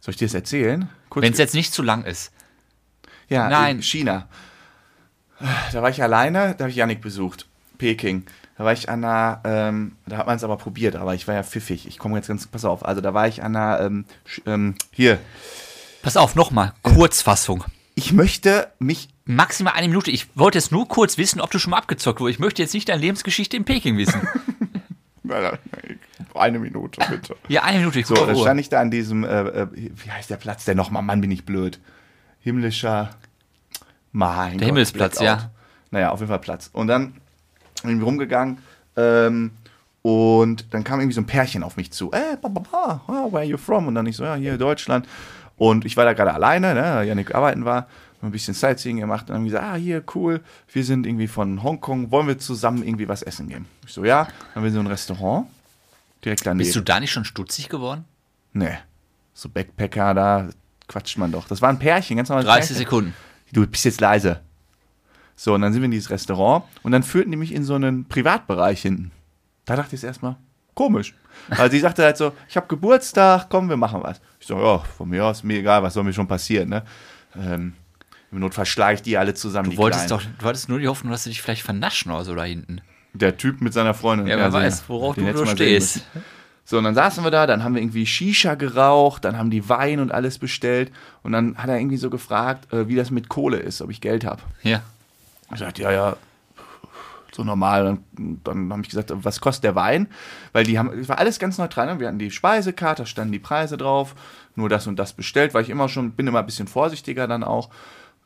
A: Soll ich dir das erzählen? Kurz
B: wenn es jetzt nicht zu lang ist.
A: Ja,
B: Nein.
A: in China. Da war ich alleine, da habe ich Yannick besucht. Peking. Da war ich an einer, ähm, da hat man es aber probiert, aber ich war ja pfiffig. Ich komme jetzt ganz, pass auf. Also da war ich an einer, ähm, Sch- ähm, hier.
B: Pass auf, nochmal, Kurzfassung.
A: Ich möchte mich,
B: Maximal eine Minute. Ich wollte jetzt nur kurz wissen, ob du schon mal abgezockt wurdest. Ich möchte jetzt nicht deine Lebensgeschichte in
A: *laughs*
B: Peking wissen.
A: *laughs* eine Minute bitte.
B: Ja, eine Minute. Ich
A: So,
B: gucke
A: da
B: auf die Uhr.
A: stand ich da an diesem, äh, äh, wie heißt der Platz denn nochmal? Mann, bin ich blöd. Himmlischer, mein
B: Der Himmelsplatz,
A: Blackout.
B: ja.
A: Naja, auf jeden Fall Platz. Und dann irgendwie rumgegangen ähm, und dann kam irgendwie so ein Pärchen auf mich zu. Äh, ba, ba, ba, ah, where are you from? Und dann ich so, ja, hier Deutschland. Und ich war da gerade alleine, ne, weil Janik arbeiten war, hab ein bisschen Sightseeing gemacht und dann haben die gesagt, ah, hier, cool, wir sind irgendwie von Hongkong, wollen wir zusammen irgendwie was essen gehen? Ich so, ja, dann haben wir so ein Restaurant direkt daneben.
B: Bist du da nicht schon stutzig geworden?
A: Nee. So Backpacker, da quatscht man doch. Das war ein Pärchen, ganz normal.
B: 30 Sekunden.
A: Du bist jetzt leise. So, und dann sind wir in dieses Restaurant und dann führten die mich in so einen Privatbereich hinten. Da dachte ich erstmal, komisch. Weil sie sagte halt so, ich habe Geburtstag, komm, wir machen was. Ich so, ja, von mir aus, mir egal, was soll mir schon passieren, ne? Ähm, Im Notfall schlage ich die alle zusammen.
B: Du
A: die
B: wolltest,
A: Kleinen.
B: doch, du wolltest nur die Hoffnung, dass du dich vielleicht vernaschen oder so da hinten.
A: Der Typ mit seiner Freundin.
B: Ja, wer
A: so,
B: weiß, worauf
A: den
B: du
A: hättest
B: bloß
A: mal sehen
B: stehst.
A: müssen. So, und dann saßen wir da, dann haben wir irgendwie Shisha geraucht, dann haben die Wein und alles bestellt. Und dann hat er irgendwie so gefragt, äh, wie das mit Kohle ist, ob ich Geld habe.
B: Ja.
A: Ich sagte, ja, ja, so normal. Und dann habe ich gesagt, was kostet der Wein? Weil die haben, es war alles ganz neutral. ne? Wir hatten die Speisekarte, da standen die Preise drauf, nur das und das bestellt, weil ich immer schon, bin immer ein bisschen vorsichtiger dann auch.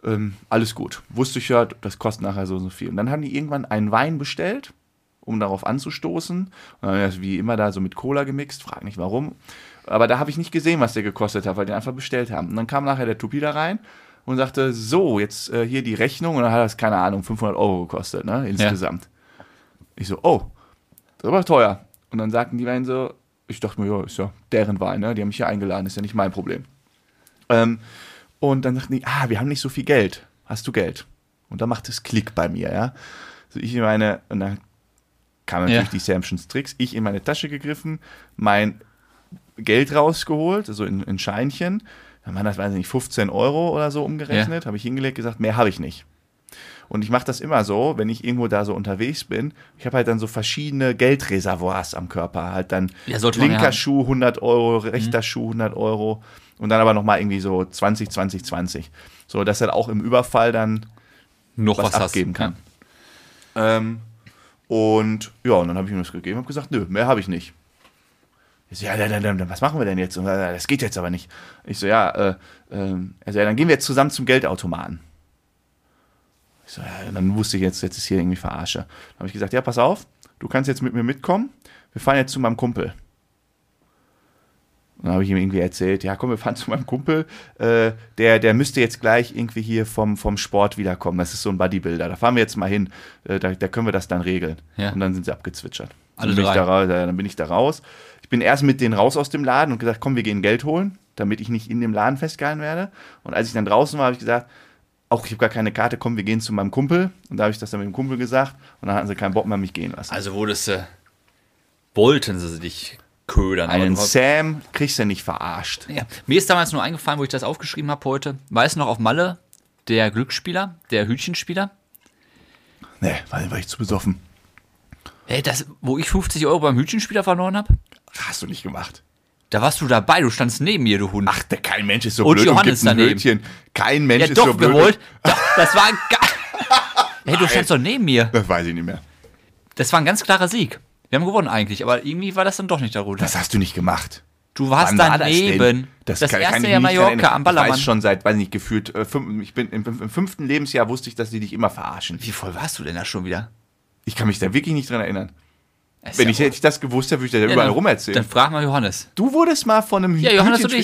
A: Ähm, alles gut. Wusste ich ja, das kostet nachher so und so viel. Und dann haben die irgendwann einen Wein bestellt, um darauf anzustoßen. Und dann haben wir das wie immer da so mit Cola gemixt, frag nicht warum. Aber da habe ich nicht gesehen, was der gekostet hat, weil die einfach bestellt haben. Und dann kam nachher der Tupi da rein und sagte, so, jetzt äh, hier die Rechnung. Und dann hat das, keine Ahnung, 500 Euro gekostet, ne, insgesamt. Ich so, oh, das ist aber teuer. Und dann sagten die beiden so, ich dachte mir, ja, ist ja deren Wahl, ne? Die haben mich hier eingeladen, ist ja nicht mein Problem. Ähm, und dann sagten die, ah, wir haben nicht so viel Geld. Hast du Geld? Und dann macht es Klick bei mir, ja. So ich in meine, und dann kamen natürlich
B: Ja.
A: die Samsons Tricks, ich in meine Tasche gegriffen, mein Geld rausgeholt, also in, in Scheinchen. Dann waren das, weiß ich nicht, 15 Euro oder so umgerechnet, habe ich hingelegt, gesagt, mehr habe ich nicht. Und ich mache das immer so, wenn ich irgendwo da so unterwegs bin. Ich habe halt dann so verschiedene Geldreservoirs am Körper. Halt dann
B: Ja, sollte man ja
A: linker
B: haben. Mhm.
A: Schuh 100 Euro, rechter Schuh 100 Euro und dann aber nochmal irgendwie so 20, 20, 20. So, dass er auch im Überfall dann
B: Noch
A: was,
B: was, hast.
A: abgeben kann. Ähm, und ja, und dann habe ich ihm das gegeben und habe gesagt, nö, mehr habe ich nicht. Ich so, ja, dann, dann, dann, was machen wir denn jetzt? Und, äh, das geht jetzt aber nicht. Ich so, ja, äh, ähm, also ja, dann gehen wir jetzt zusammen zum Geldautomaten. Ich so, ja, dann wusste ich jetzt, jetzt ist hier irgendwie verarsche. Dann habe ich gesagt, ja, pass auf, du kannst jetzt mit mir mitkommen. Wir fahren jetzt zu meinem Kumpel. Und dann habe ich ihm irgendwie erzählt, ja komm, wir fahren *laughs* zu meinem Kumpel, äh, der, der müsste jetzt gleich irgendwie hier vom, vom Sport wiederkommen. Das ist so ein Bodybuilder. Da fahren wir jetzt mal hin, äh, da, da können wir das dann regeln.
B: Ja.
A: Und dann sind sie abgezwitschert.
B: Alle
A: dann, bin ich
B: drei.
A: da, raus- ja, dann bin ich da raus. Ich bin erst mit denen raus aus dem Laden und gesagt, komm, wir gehen Geld holen, damit ich nicht in dem Laden festgehalten werde. Und als ich dann draußen war, habe ich gesagt, auch ich habe gar keine Karte, komm, wir gehen zu meinem Kumpel. Und da habe ich das dann mit dem Kumpel gesagt und dann hatten sie keinen Bock mehr, mich gehen lassen.
B: Also wurdest du. Wollten sie dich ködern. aber
A: Einen
B: du-
A: Sam kriegst du nicht verarscht.
B: Ja. Mir ist damals nur eingefallen, wo ich das aufgeschrieben habe heute. Weißt du noch, auf Malle, der Glücksspieler, der Hütchenspieler,
A: Nee, weil war ich zu besoffen.
B: ey, das, wo ich 50 Euro beim Hütchenspieler verloren habe?
A: Hast du nicht gemacht.
B: Da warst du dabei, du standst neben mir, du Hund.
A: Ach, der, kein Mensch ist so
B: Und
A: blöd
B: Johannes
A: und gibt ein
B: daneben.
A: Hütchen. Kein Mensch
B: ja
A: ist so
B: doch, wir
A: blöd.
B: wollten. Doch, das war ein
A: *laughs*
B: ga- Ey, du standst doch neben mir.
A: Das weiß ich nicht mehr.
B: Das war ein ganz klarer Sieg. Wir haben gewonnen eigentlich, aber irgendwie war das dann doch nicht der Rote.
A: Das hast du nicht gemacht.
B: Du warst
A: Wann war das denn?
B: daneben.
A: Das,
B: Das,
A: kann,
B: erste
A: kann ich
B: Jahr
A: mich nicht
B: Mallorca
A: erinnern.
B: am Ballermann.
A: Ich weiß schon seit, weiß nicht, gefühlt, äh, fünf, ich bin im, im fünften Lebensjahr wusste ich, dass die dich immer verarschen.
B: Wie voll warst du denn da schon wieder?
A: Ich kann mich da wirklich nicht dran erinnern.
B: Ist
A: Wenn
B: ja
A: ich hätte ich das gewusst hätte, würde ich da überall
B: dann- Dann
A: rumerzählen.
B: frag mal Johannes.
A: Du wurdest mal von einem
B: Ja, Johannes und
A: Hütchenspiel-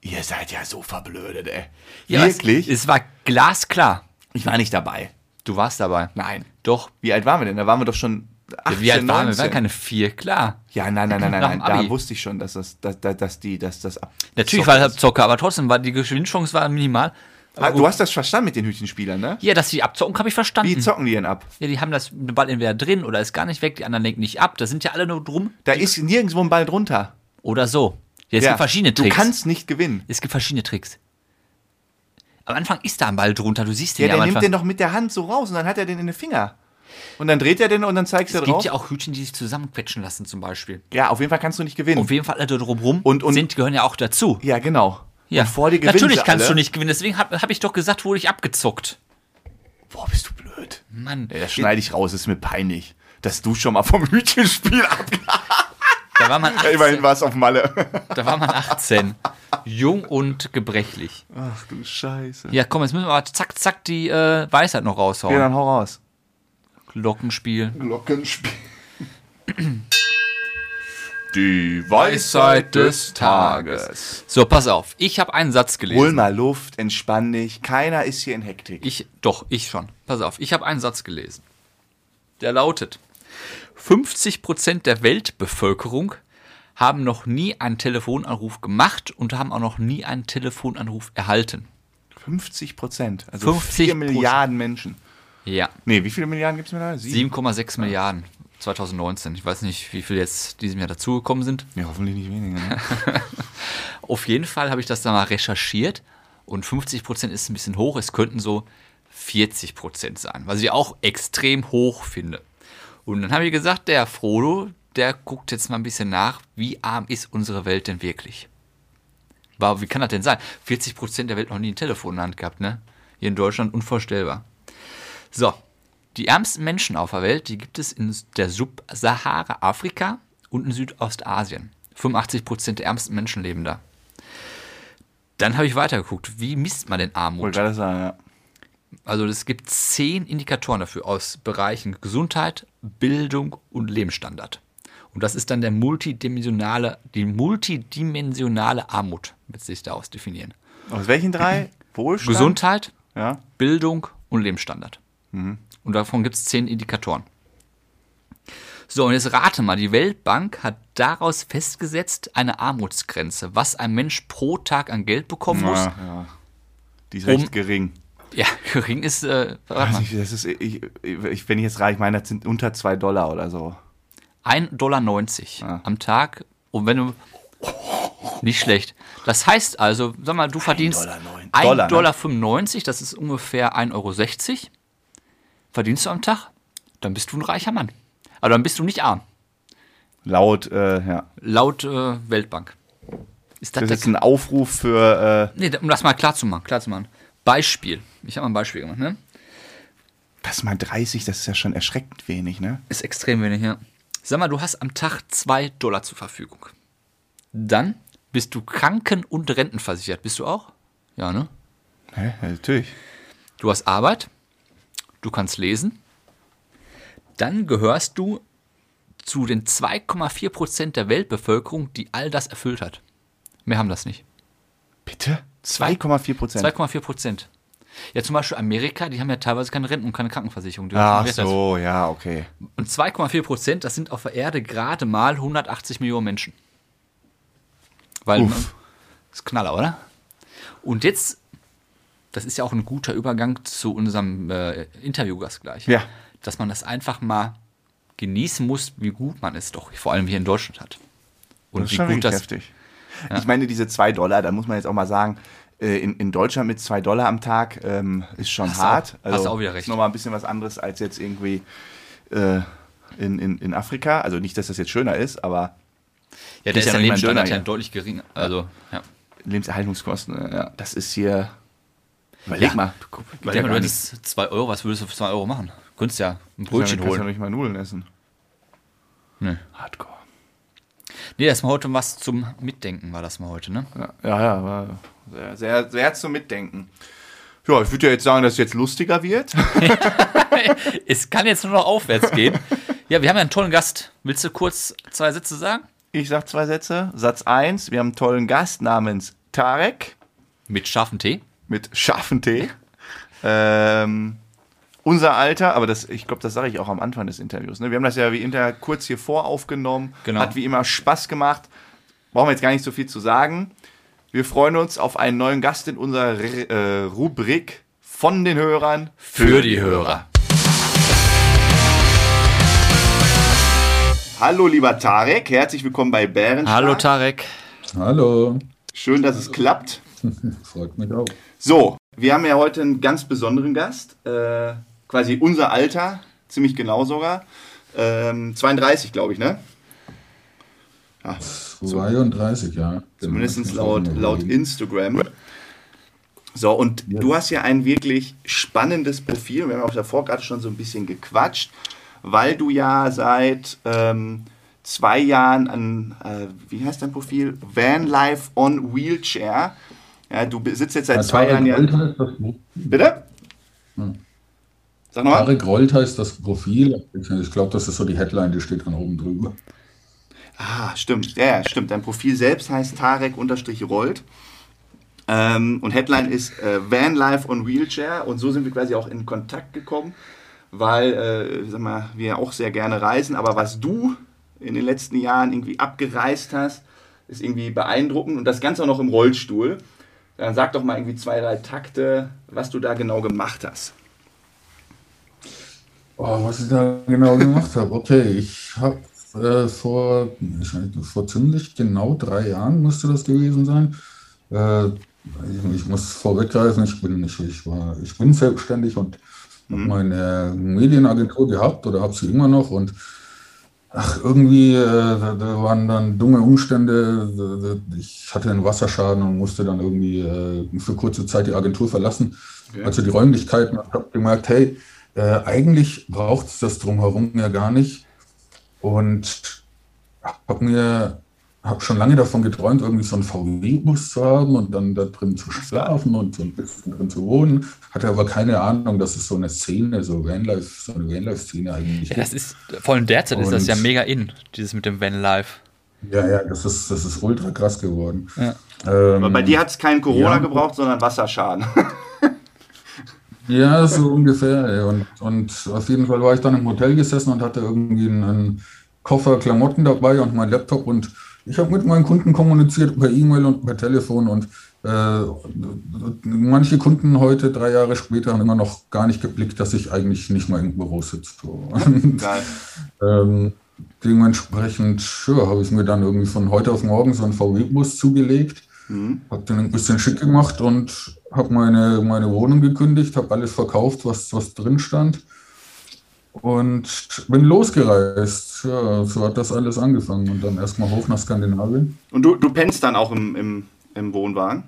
B: ich.
A: Ihr seid ja so verblödet, ey.
B: Ja, was-
A: Wirklich?
B: Es war glasklar.
A: ich war nicht dabei.
B: Du warst dabei.
A: Nein.
B: Doch.
A: Wie alt waren wir denn? Da waren wir doch schon 18,
B: Wie alt waren wir? Wir
A: 19.
B: waren keine vier, klar.
A: Ja, nein, nein, nein, nein,
B: Nach
A: nein.
B: dem
A: Da
B: Abi.
A: wusste ich schon, dass das, dass, dass, dass die, dass das ab.
B: Natürlich
A: Zocken
B: war
A: ist.
B: es Abzocker, aber trotzdem war die Gewinnchance war minimal.
A: Ah, du hast das verstanden mit den Hütchenspielern, ne?
B: Ja, dass die abzocken, habe ich verstanden.
A: Wie zocken die denn ab?
B: Ja, die haben das den Ball entweder drin oder ist gar nicht weg, die anderen lenken nicht ab. Da sind ja alle nur drum
A: Da ist nirgendwo ein Ball drunter.
B: oder so. Ja, es gibt verschiedene
A: du
B: Tricks.
A: kannst nicht gewinnen.
B: es gibt verschiedene Tricks. Am Anfang ist da ein Ball drunter, du siehst
A: Ja,
B: den ja,
A: der
B: am
A: nimmt den
B: Anfang.
A: doch mit der Hand so raus und dann hat er den in den Finger. Und dann dreht er den und dann zeigst du
B: Es gibt
A: drauf.
B: ja auch Hütchen, die sich zusammenquetschen lassen zum Beispiel.
A: Ja, auf jeden Fall kannst du nicht gewinnen.
B: Auf jeden Fall alle da drumrum
A: Und- und-
B: sind, gehören ja auch dazu.
A: ja, genau.
B: Ja,
A: Und vor dir gewinnen
B: natürlich
A: sie
B: kannst
A: alle.
B: du nicht gewinnen. Deswegen habe hab ich doch gesagt, wurde ich abgezockt.
A: Boah, bist du blöd.
B: Mann,
A: Ja, das schneide ich raus, ist mir peinlich. Dass du schon mal vom *laughs* Hütchenspiel abgehst. *laughs*
B: da war man 18.
A: Immerhin war es auf Malle.
B: Da war man 18. Jung und gebrechlich.
A: Ach du Scheiße.
B: Ja, komm, jetzt müssen wir mal zack, zack die äh, Weisheit noch raushauen.
A: Ja, dann hau raus.
B: Glockenspiel.
A: Glockenspiel. Die Weisheit des Tages.
B: So, pass auf. Ich habe einen Satz gelesen.
A: Hol mal Luft, entspann dich. Keiner ist hier in Hektik.
B: Ich, doch, ich schon. Pass auf. Ich habe einen Satz gelesen. Der lautet: 50% der Weltbevölkerung haben noch nie einen Telefonanruf gemacht und haben auch noch nie einen Telefonanruf erhalten.
A: 50 Prozent. Also
B: 50
A: 4 Milliarden Menschen.
B: Ja.
A: Nee, wie viele Milliarden gibt es mittlerweile?
B: 7,6 Milliarden 2019. Ich weiß nicht, wie viele jetzt diesem Jahr dazugekommen sind.
A: Ja, hoffentlich nicht weniger. Ne?
B: Auf jeden Fall habe ich das da mal recherchiert und 50 Prozent ist ein bisschen hoch. Es könnten so 40 Prozent sein, was ich auch extrem hoch finde. Und dann habe ich gesagt, der Frodo, der guckt jetzt mal ein bisschen nach, wie arm ist unsere Welt denn wirklich? Wow, wie kann das denn sein? 40 Prozent der Welt noch nie ein Telefon in der Hand gehabt, ne? Hier in Deutschland unvorstellbar. So, die ärmsten Menschen auf der Welt, die gibt es in der Subsahara Afrika und in Südostasien. 85 Prozent der ärmsten Menschen leben da. Dann habe ich weitergeguckt, wie misst man denn Armut?
A: Wollte gerade sagen, ja.
B: Also es gibt zehn Indikatoren dafür aus Bereichen Gesundheit, Bildung und Lebensstandard. Und das ist dann der multidimensionale, die multidimensionale Armut, wird sich daraus definieren.
A: Aus welchen
B: *laughs*
A: drei? Wohlstand?
B: Gesundheit,
A: Ja.
B: Bildung und Lebensstandard. Und davon gibt es zehn Indikatoren. So, und jetzt rate mal, die Weltbank hat daraus festgesetzt eine Armutsgrenze, was ein Mensch pro Tag an Geld bekommen
A: Na,
B: muss.
A: ja. Die ist
B: Um-
A: recht gering.
B: Ja, *laughs* gering ist, äh, warte
A: Also
B: mal,
A: ich, das ist, ich, ich, wenn ich jetzt reich meine, das sind unter 2 Dollar oder so.
B: 1,90 Dollar
A: Ah.
B: am Tag. Und wenn du. Nicht schlecht. Das heißt also, sag mal, du verdienst
A: Dollar neun-
B: 1,95
A: Dollar,
B: Dollar,
A: ne?
B: das ist ungefähr 1,60 Euro. Verdienst du am Tag, dann bist du ein reicher Mann. Aber dann bist du nicht arm.
A: Laut, äh, ja.
B: Laut äh, Weltbank. Ist
A: Das
B: das,
A: ist
B: der
A: jetzt ein Aufruf für, äh,
B: Nee, da- um das mal klar zu machen, klar zu machen. Beispiel. Ich habe mal ein Beispiel gemacht, ne?
A: was mal 30, das ist ja schon erschreckend wenig, ne?
B: Ist extrem wenig, ja. Sag mal, du hast am Tag 2 Dollar zur Verfügung. Dann bist du kranken- und rentenversichert. Bist du auch? Ja, ne?
A: Hä? Ja, natürlich.
B: Du hast Arbeit. Du kannst lesen. Dann gehörst du zu den 2,4 Prozent der Weltbevölkerung, die all das erfüllt hat. Mehr haben das nicht.
A: Bitte? 2,4 Prozent.
B: 2,4 Prozent. Ja, zum Beispiel Amerika, die haben ja teilweise keine Renten und keine Krankenversicherung. Die
A: Ach
B: haben das.
A: so, ja, okay.
B: Und 2,4 Prozent, das sind auf der Erde gerade mal 180 Millionen Menschen. Weil,
A: Uff.
B: man, ist Knaller, oder? Und jetzt, das ist ja auch ein guter Übergang zu unserem äh, Interviewgast gleich.
A: Ja.
B: Dass man das einfach mal genießen muss, wie gut man es doch, vor allem hier in Deutschland hat. Und
A: Das ist
B: wie
A: schon
B: gut
A: wirklich
B: das.
A: heftig. Ich meine, diese 2 Dollar, da muss man jetzt auch mal sagen, äh, in, in Deutschland mit 2 Dollar am Tag ähm, ist schon
B: Hast du
A: hart. Also
B: auch- hast du auch wieder recht.
A: Ist nochmal ein bisschen was anderes als jetzt irgendwie äh, in, in, in Afrika. Also nicht, dass das jetzt schöner ist, aber
B: Ja,
A: Geht
B: der ist
A: ja noch nicht
B: ja
A: mal
B: Lebensstandard
A: dünner,
B: ja
A: ja.
B: deutlich geringer. Also, ja.
A: Lebenserhaltungskosten, äh, ja, das ist hier. Überleg
B: Ja.
A: mal. Du, guck, geht
B: Weil
A: ja
B: du
A: gar nicht.
B: hättest 2 Euro, was würdest du für 2 Euro machen? Du könntest ja ein
A: Damit
B: Brötchen
A: kannst du
B: holen.
A: nicht mal Nudeln essen.
B: Nee.
A: Hardcore.
B: Nee, das mal heute was zum Mitdenken war das mal heute, ne?
A: Ja, ja, ja war sehr, sehr, sehr zum Mitdenken. Ja, ich würde ja jetzt sagen, dass es jetzt lustiger wird.
B: *laughs* es kann jetzt nur noch aufwärts gehen. Ja, wir haben ja einen tollen Gast. Willst du kurz zwei Sätze sagen?
A: Ich sag zwei Sätze. Satz 1, wir haben einen tollen Gast namens Tarek
B: Mit scharfem Tee.
A: mit scharfen
B: *laughs*
A: T. Ähm, unser Alter, aber das, ich glaube, das sage ich auch am Anfang des Interviews. Ne? Wir haben das ja wie Inter kurz hier voraufgenommen.
B: Genau.
A: Hat wie immer Spaß gemacht. Brauchen wir jetzt gar nicht so viel zu sagen. Wir freuen uns auf einen neuen Gast in unserer R- äh, Rubrik von den Hörern
B: Hörer.
A: Hallo lieber Tarek, herzlich willkommen bei Bären.
B: Hallo Tarek.
C: Hallo, *laughs*
A: Schön, dass es klappt.
C: freut mich auch.
A: So, wir haben ja heute einen ganz besonderen Gast, äh, quasi unser Alter, ziemlich genau sogar. Ähm, 32, glaube ich, ne? Ja,
C: 32, ja. Genau.
A: zumindest laut, laut Instagram. So, und du hast ja ein wirklich spannendes Profil. Wir haben ja auch davor gerade schon so ein bisschen gequatscht, weil du ja seit ähm, zwei Jahren an, äh, wie heißt dein Profil? Vanlife on Wheelchair. Ja, du Hm. sitzt jetzt seit
C: Bei
A: zwei Jahren
C: Tarek
A: ja.
C: Rollt heißt das, ne? Pro-
A: Bitte? Sag nochmal.
C: Tarek Rollt heißt das Profil. Ich glaube, das ist so die Headline, die steht dann oben drüber.
A: Ah, stimmt. Ja, ja, stimmt. Dein Profil selbst heißt Tarek-Rollt. Ähm, und Headline ist äh, Van Life on Wheelchair. Und so sind wir quasi auch in Kontakt gekommen, weil äh, sag mal, wir auch sehr gerne reisen. Aber was du in den letzten Jahren irgendwie abgereist hast, ist irgendwie beeindruckend. Und das Ganze auch noch im Rollstuhl. Dann sag doch mal irgendwie zwei, drei Takte, was du da genau gemacht hast.
C: Oh, was ich da genau gemacht habe. Okay, ich habe äh, vor, wahrscheinlich vor ziemlich genau drei Jahren müsste das gewesen sein. Äh, ich, ich muss vorweggreifen, ich bin nicht, ich war, ich bin
A: Mhm.
C: selbstständig und habe meine Medienagentur gehabt oder habe sie immer noch und äh, Ach, irgendwie, äh, da, da waren dann dumme Umstände. Da- da- Ich hatte einen Wasserschaden und musste dann irgendwie äh, für kurze Zeit die Agentur verlassen. Also die Räumlichkeiten. Ich habe gemerkt, hey, äh, eigentlich braucht es das drumherum ja gar nicht. Und habe mir hab schon lange davon geträumt, irgendwie so einen VW-Bus zu haben und dann da drin zu schlafen und so ein bisschen drin zu wohnen. Hatte aber keine Ahnung, dass es so eine Szene, so Vanlife, so eine Vanlife-Szene eigentlich
B: Ja, das ist, vor allem derzeit ist das
C: Und-
B: ja mega in, dieses mit dem Vanlife.
C: Ja, ja, das ist, das ist ultra krass geworden.
B: Ja.
C: Ähm,
A: Aber bei dir hat es keinen Corona
C: Ja.
A: gebraucht, sondern Wasserschaden. *laughs*
C: Ja, so ungefähr. ey. Und, und auf jeden Fall war ich dann im Hotel gesessen und hatte irgendwie einen, einen Koffer Klamotten dabei und meinen Laptop. Und ich habe mit meinen Kunden kommuniziert über E-Mail und per Telefon. Und äh, manche Kunden heute, drei Jahre später, haben immer noch gar nicht geblickt, dass ich eigentlich nicht mal im Büro sitze. So.
A: Geil.
C: Ähm, dementsprechend ja, habe ich mir dann irgendwie von heute auf morgen so einen VW-Bus zugelegt, habe den ein bisschen schick gemacht und habe meine, meine Wohnung gekündigt, habe alles verkauft, was, was drin stand und bin losgereist. Ja, so hat das alles angefangen und dann erstmal hoch nach Skandinavien.
A: Und du, du pennst dann auch im, im, im Wohnwagen?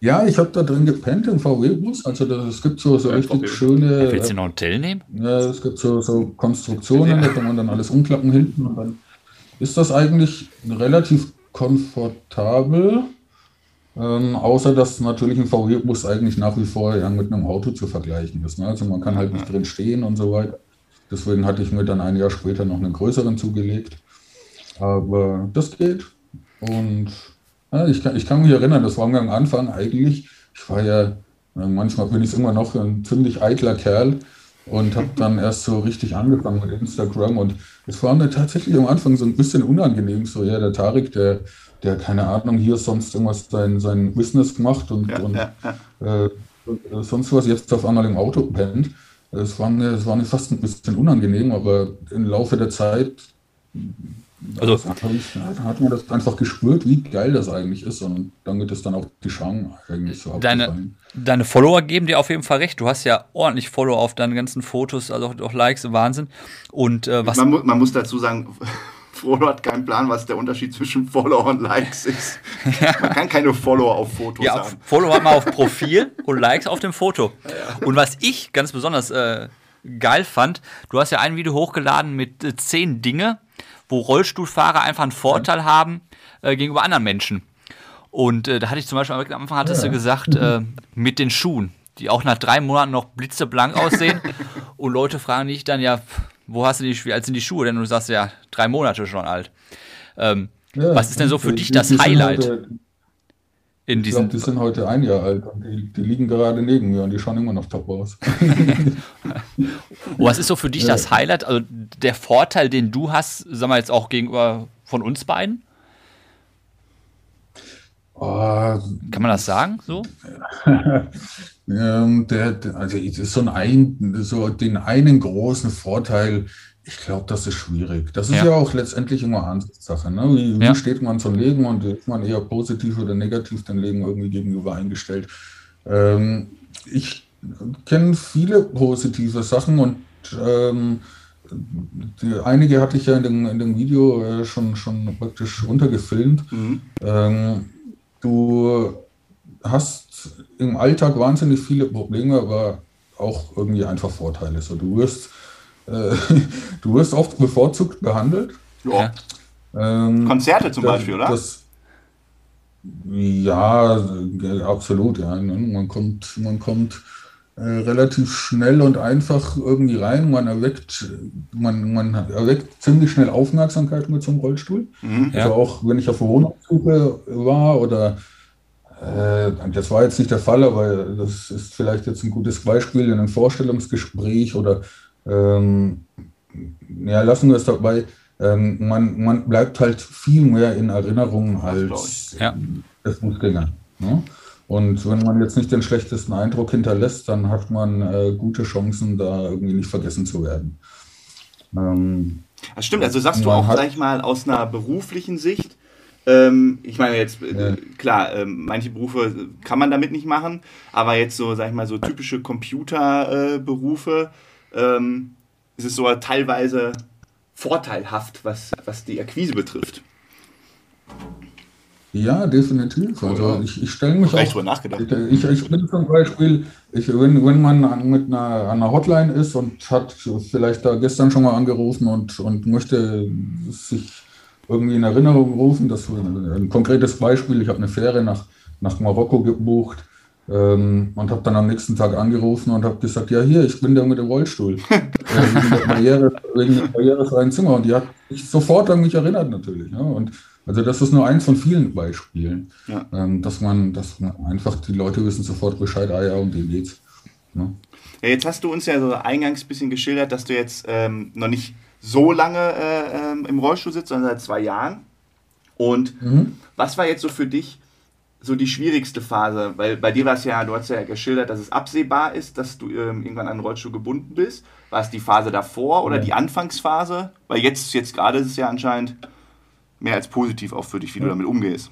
C: Ja, ich habe da drin gepennt im VW-Bus. Also das, es gibt so, so
A: Ja,
C: richtig
A: VW.
C: schöne
B: Willst du noch ein Hotel nehmen?
C: Ja, es gibt so, so Konstruktionen, da kann man dann alles umklappen hinten und dann ist das eigentlich relativ komfortabel. Ähm, außer, dass natürlich ein VW-Bus eigentlich nach wie vor ja, mit einem Auto zu vergleichen ist. Ne? Also man kann halt nicht drin stehen und so weiter. Deswegen hatte ich mir dann ein Jahr später noch einen größeren zugelegt. Aber das geht. Und ja, ich, kann, ich kann mich erinnern, das war mir am Anfang eigentlich, ich war ja, äh, manchmal bin ich immer noch ein ziemlich eitler Kerl und habe dann erst so richtig angefangen mit Instagram und es war mir tatsächlich am Anfang so ein bisschen unangenehm, so ja, der Tarek, der, der keine Ahnung, hier sonst irgendwas sein, sein Business macht und,
A: Ja,
C: und
A: ja, ja.
C: äh, sonst was jetzt auf einmal im Auto pennt. Es war mir, es war mir fast ein bisschen unangenehm, aber im Laufe der Zeit
B: Also,
C: hab ich, hat man das einfach gespürt, wie geil das eigentlich ist. Und dann wird es dann auch die Scham eigentlich so
B: deine,
C: abgefallen.
B: deine Follower geben dir auf jeden Fall recht. Du hast ja ordentlich Follower auf deinen ganzen Fotos, also auch, auch Likes, Wahnsinn. Und äh, was
A: Man, mu man muss dazu sagen, *laughs* Frodo hat keinen Plan, was der Unterschied zwischen Follower und Likes ist. Man kann keine Follower auf Fotos
B: Ja, auf
A: haben.
B: Follow hat man auf
C: *laughs*
B: Profil und Likes auf dem Foto. Und was ich ganz besonders äh, geil fand, du hast ja ein Video hochgeladen mit äh, zehn Dinge, wo Rollstuhlfahrer einfach einen Vorteil haben äh, gegenüber anderen Menschen. Und äh, da hatte ich zum Beispiel am Anfang hattest du gesagt,
C: *laughs*
B: äh, mit den Schuhen, die auch nach drei Monaten noch blitzeblank
C: *laughs*
B: aussehen. und Leute fragen dich dann ja, pff, wo hast du die, Schu- wie alt sind die Schuhe? Denn du sagst ja, drei Monate schon alt. Ähm,
C: Ja,
B: was ist denn so für
C: die-
B: dich
C: die-
B: das
C: die sind
B: Highlight
C: Heute,
B: in
C: ich glaube,
B: diesem
C: die sind heute ein Jahr alt und die, die liegen gerade neben mir und die schauen immer noch top aus.
B: Was ist so für dich das Highlight, also der Vorteil, den du hast, sagen wir jetzt auch gegenüber von uns beiden?
C: oh,
B: Kann man das sagen? So?
C: Ähm, der, der- also es ist so ein, ein so den einen großen Vorteil, ich glaube, das ist schwierig. Das ist
B: Ja.
C: ja, auch letztendlich immer Ansichtssache. Ne? Wie,
B: Ja.
C: wie steht man zum Leben und ist man eher positiv oder negativ dem Leben irgendwie gegenüber eingestellt? Ähm, ich kenne viele positive Sachen und ähm, die, einige hatte ich ja in dem, in dem Video äh, schon, schon praktisch runtergefilmt.
B: Mhm.
C: Ähm, du hast im Alltag wahnsinnig viele Probleme, aber auch irgendwie einfach Vorteile. So, du wirst, äh, *laughs* du wirst oft bevorzugt behandelt.
A: Ja.
C: Ähm,
A: Konzerte zum
C: das-
A: Beispiel, oder?
C: Das, ja, äh, absolut, ja. ne? Man kommt, man kommt äh, relativ schnell und einfach irgendwie rein. Man erweckt, man, man erweckt ziemlich schnell Aufmerksamkeit mit so einem Rollstuhl.
A: Mhm.
C: Also
B: Ja.
C: auch wenn ich auf Wohnungssuche war oder äh, das war jetzt nicht der Fall, aber das ist vielleicht jetzt ein gutes Beispiel in einem Vorstellungsgespräch oder ähm, ja, lassen wir es dabei. Ähm, man, man bleibt halt viel mehr in Erinnerung
A: glaub
C: als
A: ich.
B: Ja.
C: das Fußgänger. Ne? Und wenn man jetzt nicht den schlechtesten Eindruck hinterlässt, dann hat man äh, gute Chancen, da irgendwie nicht vergessen zu werden. Ähm,
A: Das stimmt, also sagst du
C: Man
A: auch,
C: hat-
A: sag ich mal, aus einer beruflichen Sicht, ähm, ich meine jetzt, äh,
C: Ja.
A: klar, ähm, manche Berufe kann man damit nicht machen, aber jetzt so, sag ich mal, so typische Computerberufe, äh, Berufe, ähm, ist es so teilweise vorteilhaft, was, was die Akquise betrifft.
C: Ja, definitiv. Also ich, ich stelle mich
A: Vielleicht
C: auch.
A: drüber nachgedacht.
C: Ich, ich, ich bin zum Beispiel, ich, wenn, wenn man an- mit einer, an einer Hotline ist und hat vielleicht da gestern schon mal angerufen und, und möchte sich irgendwie in Erinnerung rufen, das ein konkretes Beispiel, ich habe eine Fähre nach, nach Marokko gebucht ähm, und habe dann am nächsten Tag angerufen und habe gesagt, ja hier, ich bin der mit dem Rollstuhl. äh, wegen der Barriere, wegen der barrierefreien Zimmer. Und die hat mich sofort an mich erinnert natürlich. Ja? Und also das ist nur eins von vielen Beispielen,
A: Ja.
C: ähm, dass man, dass man einfach die Leute wissen sofort Bescheid, ah ja, um den geht's. Ne?
A: Ja, jetzt hast du uns ja so eingangs ein bisschen geschildert, dass du jetzt ähm, noch nicht so lange äh, ähm, im Rollstuhl sitzt, sondern seit zwei Jahren. Und
C: Mhm.
A: was war jetzt so für dich so die schwierigste Phase? Weil bei dir war es ja, du hast ja geschildert, dass es absehbar ist, dass du ähm, irgendwann an den Rollstuhl gebunden bist. War es die Phase davor oder
C: Ja.
A: die Anfangsphase? Weil jetzt, jetzt gerade ist es ja anscheinend mehr als positiv auch für dich, wie du damit umgehst.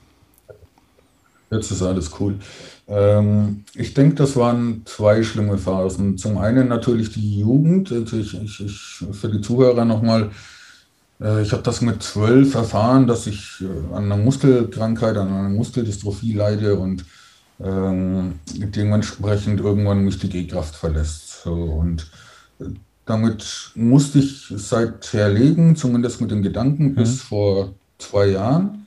C: Jetzt ist alles cool. Ähm, ich denke, das waren zwei schlimme Phasen. Zum einen natürlich die Jugend. Also ich, ich, ich, für die Zuhörer nochmal, äh, ich habe das mit zwölf erfahren, dass ich äh, an einer Muskelkrankheit, an einer Muskeldystrophie leide und ähm, dementsprechend irgendwann mich die Gehkraft verlässt. So, und äh, damit musste ich seither leben, zumindest mit dem Gedanken, bis vor zwei Jahren.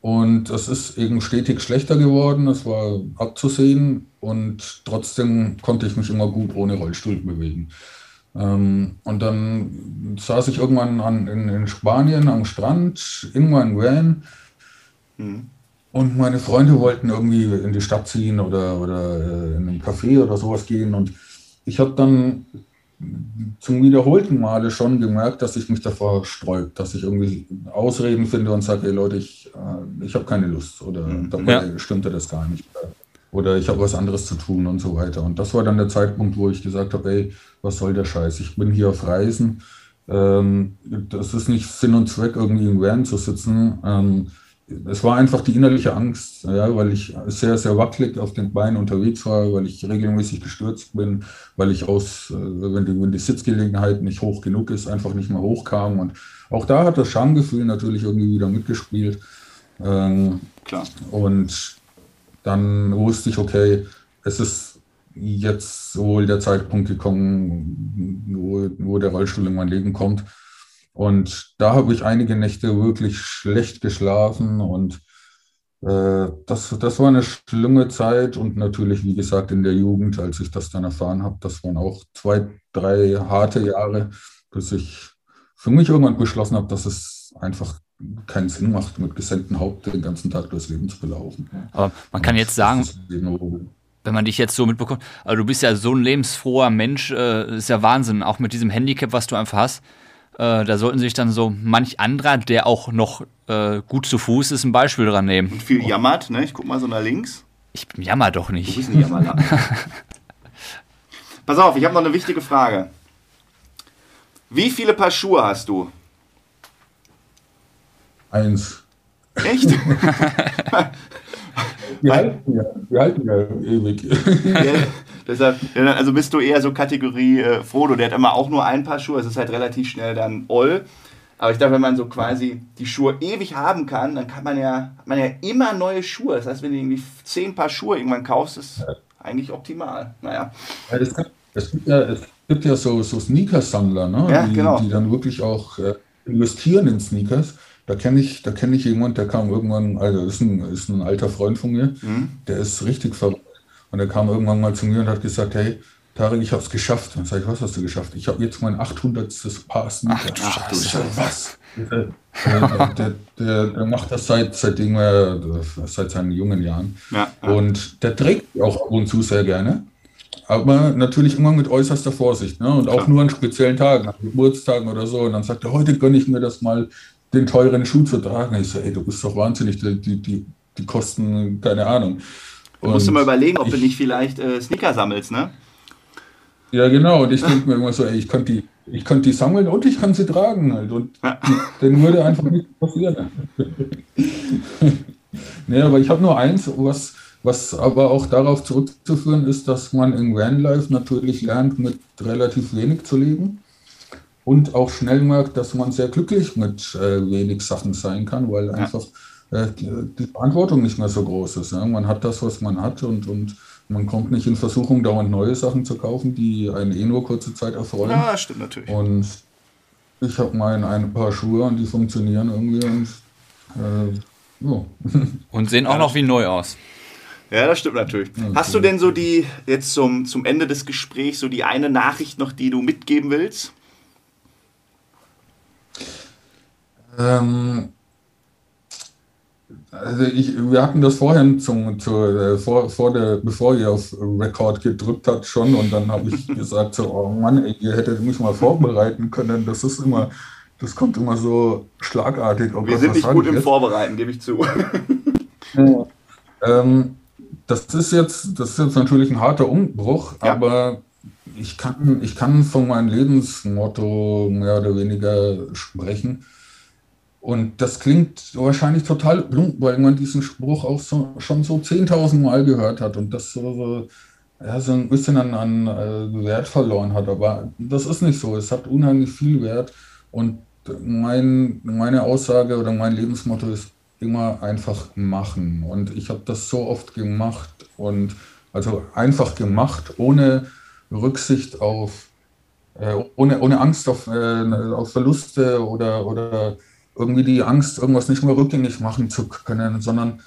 C: Und es ist eben stetig schlechter geworden, es war abzusehen und trotzdem konnte ich mich immer gut ohne Rollstuhl bewegen. Ähm, und dann saß ich irgendwann an, in, in Spanien am Strand in meinem Van
A: Mhm.
C: und meine Freunde wollten irgendwie in die Stadt ziehen oder, oder äh, in ein Café oder sowas gehen. Und ich habe dann zum wiederholten Male schon gemerkt, dass ich mich davor sträub, dass ich irgendwie Ausreden finde und sage, hey Leute, ich, äh, ich habe keine Lust oder dabei stimmte das gar nicht. Oder ich habe was anderes zu tun und so weiter. Und das war dann der Zeitpunkt, wo ich gesagt habe, ey, was soll der Scheiß? Ich bin hier auf Reisen. Ähm, das ist nicht Sinn und Zweck, irgendwie im Van zu sitzen. Ähm, es war einfach die innerliche Angst, ja, weil ich sehr, sehr wackelig auf den Beinen unterwegs war, weil ich regelmäßig gestürzt bin, weil ich aus, äh, wenn die, wenn die Sitzgelegenheit nicht hoch genug ist, einfach nicht mehr hochkam. Und auch da hat das Schamgefühl natürlich irgendwie wieder mitgespielt. Ähm,
A: Klar.
C: und dann wusste ich, okay, es ist jetzt wohl der Zeitpunkt gekommen, wo, wo der Rollstuhl in mein Leben kommt. Und da habe ich einige Nächte wirklich schlecht geschlafen und äh, das, das war eine schlimme Zeit und natürlich, wie gesagt, in der Jugend, als ich das dann erfahren habe, das waren auch zwei, drei harte Jahre, bis ich für mich irgendwann beschlossen habe, dass es einfach keinen Sinn macht, mit gesenktem Haupt den ganzen Tag durchs Leben zu belaufen.
B: Aber man kann jetzt sagen,
C: Das ist eben so.
B: wenn man dich jetzt so mitbekommt, also du bist ja so ein lebensfroher Mensch, äh, ist ja Wahnsinn, auch mit diesem Handicap, was du einfach hast. Äh, da sollten sich dann so manch anderer, der auch noch äh, gut zu Fuß ist, ein Beispiel dran nehmen.
A: Viel jammert, ne? Ich guck mal so nach links.
B: Ich jammer doch
A: Du
B: nicht.
A: bist ein Jammerler. *laughs* Pass auf, ich habe noch eine wichtige Frage. Wie viele Paar Schuhe hast du?
C: Eins.
A: Echt?
C: Wir halten ja, wir halten ja *laughs* ewig.
A: ja, deshalb, ja, dann- also bist du eher so Kategorie äh, Frodo, der hat immer auch nur ein Paar Schuhe, es ist halt relativ schnell dann all. Aber ich glaube, wenn man so quasi die Schuhe ewig haben kann, dann kann man ja, hat man ja immer neue Schuhe. Das heißt, wenn du irgendwie zehn Paar Schuhe irgendwann kaufst, ist eigentlich optimal. Naja.
C: Ja, es, gibt, es, gibt ja, es gibt ja so, so Sneaker-Sammler, ne?
A: Ja,
C: die,
A: genau.
C: die dann wirklich auch äh, investieren in Sneakers. Da kenne ich, da kenne ich jemanden, der kam irgendwann, also ist ein, ist ein alter Freund von mir, der ist richtig verrückt. Und der kam irgendwann mal zu mir und hat gesagt, hey, Tarek, ich habe es geschafft. Und dann sage ich, was hast du geschafft? Ich habe jetzt mein 800. Paar Sneaker. Ach du Scheiße. Was? Äh, der, der, der, der macht das seit, seitdem er, seit seinen jungen Jahren.
A: Ja, ja.
C: Und der trägt die auch ab und zu sehr gerne. Aber natürlich immer mit äußerster Vorsicht. Ne? Und auch nur an speziellen Tagen, an Geburtstagen oder so. Und dann sagt er, heute gönne ich mir das mal, den teuren Schuh zu tragen. Ich so, ey, du bist doch wahnsinnig, die, die, die, die kosten, keine Ahnung.
A: Du musst dir
C: Und
A: mal überlegen, ob du
C: ich-
A: nicht vielleicht äh, Sneaker sammelst, ne?
C: Ja, genau. Und ich denke mir immer so, ey, ich könnte die, ich könnte die sammeln und ich kann sie tragen halt. Und dann würde einfach nichts passieren. nee, aber ich habe nur eins, was, was aber auch darauf zurückzuführen ist, dass man in Vanlife natürlich lernt, mit relativ wenig zu leben. und auch schnell merkt, dass man sehr glücklich mit äh, wenig Sachen sein kann, weil einfach äh, die Verantwortung nicht mehr so groß ist. Ja? Man hat das, was man hat und, und man kommt nicht in Versuchung, dauernd neue Sachen zu kaufen, die einen eh nur kurze Zeit erfreuen.
A: Ja, stimmt natürlich.
C: Und ich habe mal ein paar Schuhe und die funktionieren irgendwie und äh, ja. *laughs*
B: Und sehen auch noch wie neu aus.
A: Ja, das stimmt natürlich. Hast du denn so die, jetzt zum, zum Ende des Gesprächs, so die eine Nachricht noch, die du mitgeben willst?
C: Ähm, also ich, wir hatten das vorhin zum, zur, äh, vor, vor der, bevor ihr auf Record gedrückt habt schon und dann habe ich *laughs* gesagt, so, oh Mann, ey, ihr hättet mich mal vorbereiten können. Das ist immer, das kommt immer so schlagartig. Oh
A: Wir
C: Gott,
A: sind
C: was
A: nicht
C: sag
A: gut
C: ich
A: im
C: jetzt?
A: Vorbereiten, gebe ich zu.
C: Ähm, das ist jetzt, das ist jetzt natürlich ein harter Umbruch,
A: Ja.
C: aber ich kann, ich kann von meinem Lebensmotto mehr oder weniger sprechen. Und das klingt wahrscheinlich total plump, weil man diesen Spruch auch so, schon so 10.000 Mal gehört hat und das äh, so, so, ja, so ein bisschen an, an äh, Wert verloren hat. Aber das ist nicht so. Es hat unheimlich viel Wert. Und mein, meine Aussage oder mein Lebensmotto ist immer einfach machen. Und ich habe das so oft gemacht und also einfach gemacht, ohne Rücksicht auf, äh, ohne, ohne Angst auf, äh, auf Verluste oder, oder irgendwie die Angst, irgendwas nicht mehr rückgängig machen zu können, sondern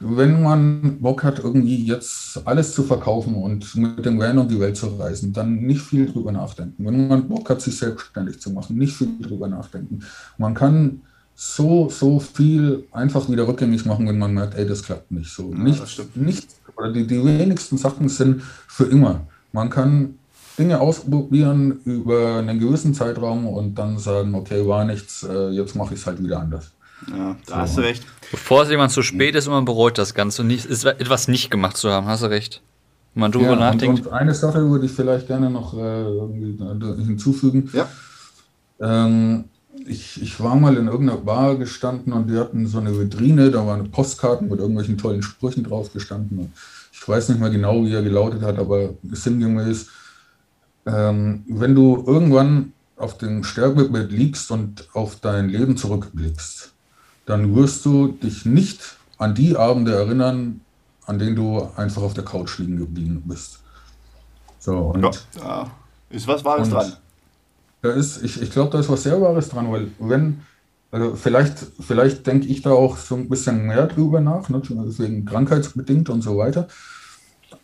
C: wenn man Bock hat, irgendwie jetzt alles zu verkaufen und mit dem Van um die Welt zu reisen, dann nicht viel drüber nachdenken. Wenn man Bock hat, sich selbstständig zu machen, nicht viel drüber nachdenken. Man kann so, so viel einfach wieder rückgängig machen, wenn man merkt, ey, das klappt nicht so.
A: Ja, das
C: nichts,
A: stimmt.
C: nichts, oder die, die wenigsten Sachen sind für immer. Man kann Dinge ausprobieren über einen gewissen Zeitraum und dann sagen, okay, war nichts, äh, jetzt mache ich es halt wieder anders.
A: *laughs* Ja, da hast du recht.
B: Bevor es jemand zu spät ist und man bereut das Ganze und nicht, ist etwas nicht gemacht zu haben, hast du recht. Wenn man drüber
C: Ja,
B: nachdenkt,
C: Und, und eine Sache würde ich vielleicht gerne noch äh, irgendwie hinzufügen.
A: Ja.
C: Ähm, ich, ich war mal in irgendeiner Bar gestanden und die hatten so eine Vitrine, da waren Postkarten mit irgendwelchen tollen Sprüchen drauf gestanden. Und ich weiß nicht mehr genau, wie er gelautet hat, aber sinngemäß, ähm, wenn du irgendwann auf dem Sterbebett liegst und auf dein Leben zurückblickst, dann wirst du dich nicht an die Abende erinnern, an denen du einfach auf der Couch liegen geblieben bist. So, und
A: Ja. ja. Ist was Wahres
C: Und-
A: dran.
C: da ist, ich, ich glaube, da ist was sehr Wahres dran, weil wenn, also vielleicht, vielleicht denke ich da auch so ein bisschen mehr drüber nach, ne? deswegen krankheitsbedingt und so weiter.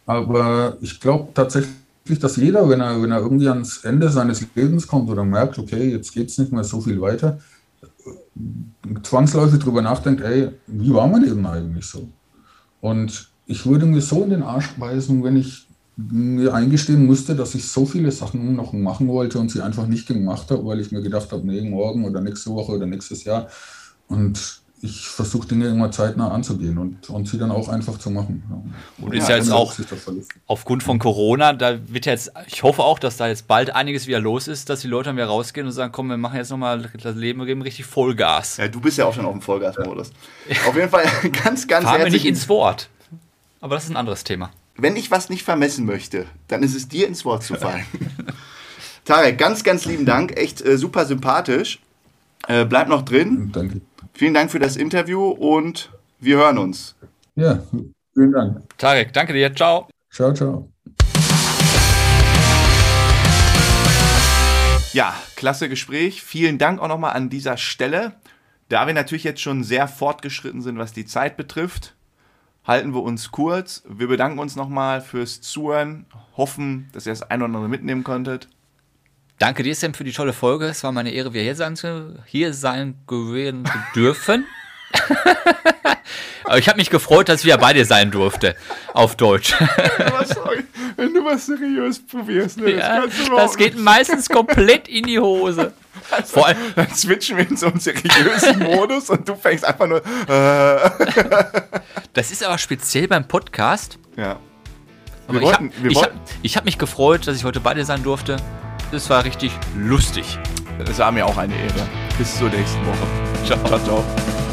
C: Aber ich glaube tatsächlich, dass jeder, wenn er, wenn er irgendwie ans Ende seines Lebens kommt oder merkt, okay, jetzt geht es nicht mehr so viel weiter, zwangsläufig drüber nachdenkt, ey, wie war mein Leben eigentlich so? Und ich würde mir so in den Arsch beißen, wenn ich mir eingestehen müsste, dass ich so viele Sachen noch machen wollte und sie einfach nicht gemacht habe, weil ich mir gedacht habe, nee, morgen oder nächste Woche oder nächstes Jahr. Und ich versuche Dinge immer zeitnah anzugehen und, und sie dann auch einfach zu machen. ja.
B: Und ist ja jetzt auch-
C: Rücksicht auf Verluste.
B: aufgrund von Corona, da wird jetzt, ich hoffe auch, dass da jetzt bald einiges wieder los ist, dass die Leute dann wieder rausgehen und sagen, komm, wir machen jetzt nochmal das Leben, wir geben richtig Vollgas.
A: Ja, du bist ja auch schon auf dem Vollgasmodus. Auf jeden Fall *laughs* ganz, ganz
B: Fahren wir nicht
A: herzlich.
B: ins Wort. Aber das ist ein anderes Thema.
A: Wenn ich was nicht vermessen möchte, dann ist es dir ins Wort zu fallen. *laughs* Tarek, ganz, ganz lieben Dank. Echt äh, super sympathisch. Äh, bleib noch drin.
C: Danke.
A: Vielen Dank für das Interview und wir hören uns.
C: Ja, vielen Dank.
B: Tarek, danke dir, ciao.
C: Ciao, ciao.
A: Ja, klasse Gespräch. Vielen Dank auch nochmal an dieser Stelle. Da wir natürlich jetzt schon sehr fortgeschritten sind, was die Zeit betrifft, halten wir uns kurz. Wir bedanken uns nochmal fürs Zuhören, hoffen, dass ihr das ein oder andere mitnehmen *laughs* konntet.
B: Danke dir, Sam, für die tolle Folge. Es war meine Ehre, wir hier sein, zu- hier sein gewesen zu dürfen. Aber ich habe mich gefreut, dass ich wieder bei dir sein durfte. Auf Deutsch.
A: Wenn du was seriös probierst, ne,
B: Ja, das geht meistens komplett in die Hose. Vor allem,
A: *laughs* Dann switchen wir in so einen
B: *laughs*
A: seriösen Modus und du fängst einfach nur. äh,
B: das ist aber speziell beim Podcast.
A: Ja. Wir
B: Aber
A: wollten- wir
B: ich habe ich hab,
A: wollten-
B: ich hab mich gefreut, dass ich heute bei dir sein durfte. Das war richtig lustig.
A: Es war mir auch eine Ehre. Bis zur nächsten Woche.
B: Ciao.
A: Ciao, ciao.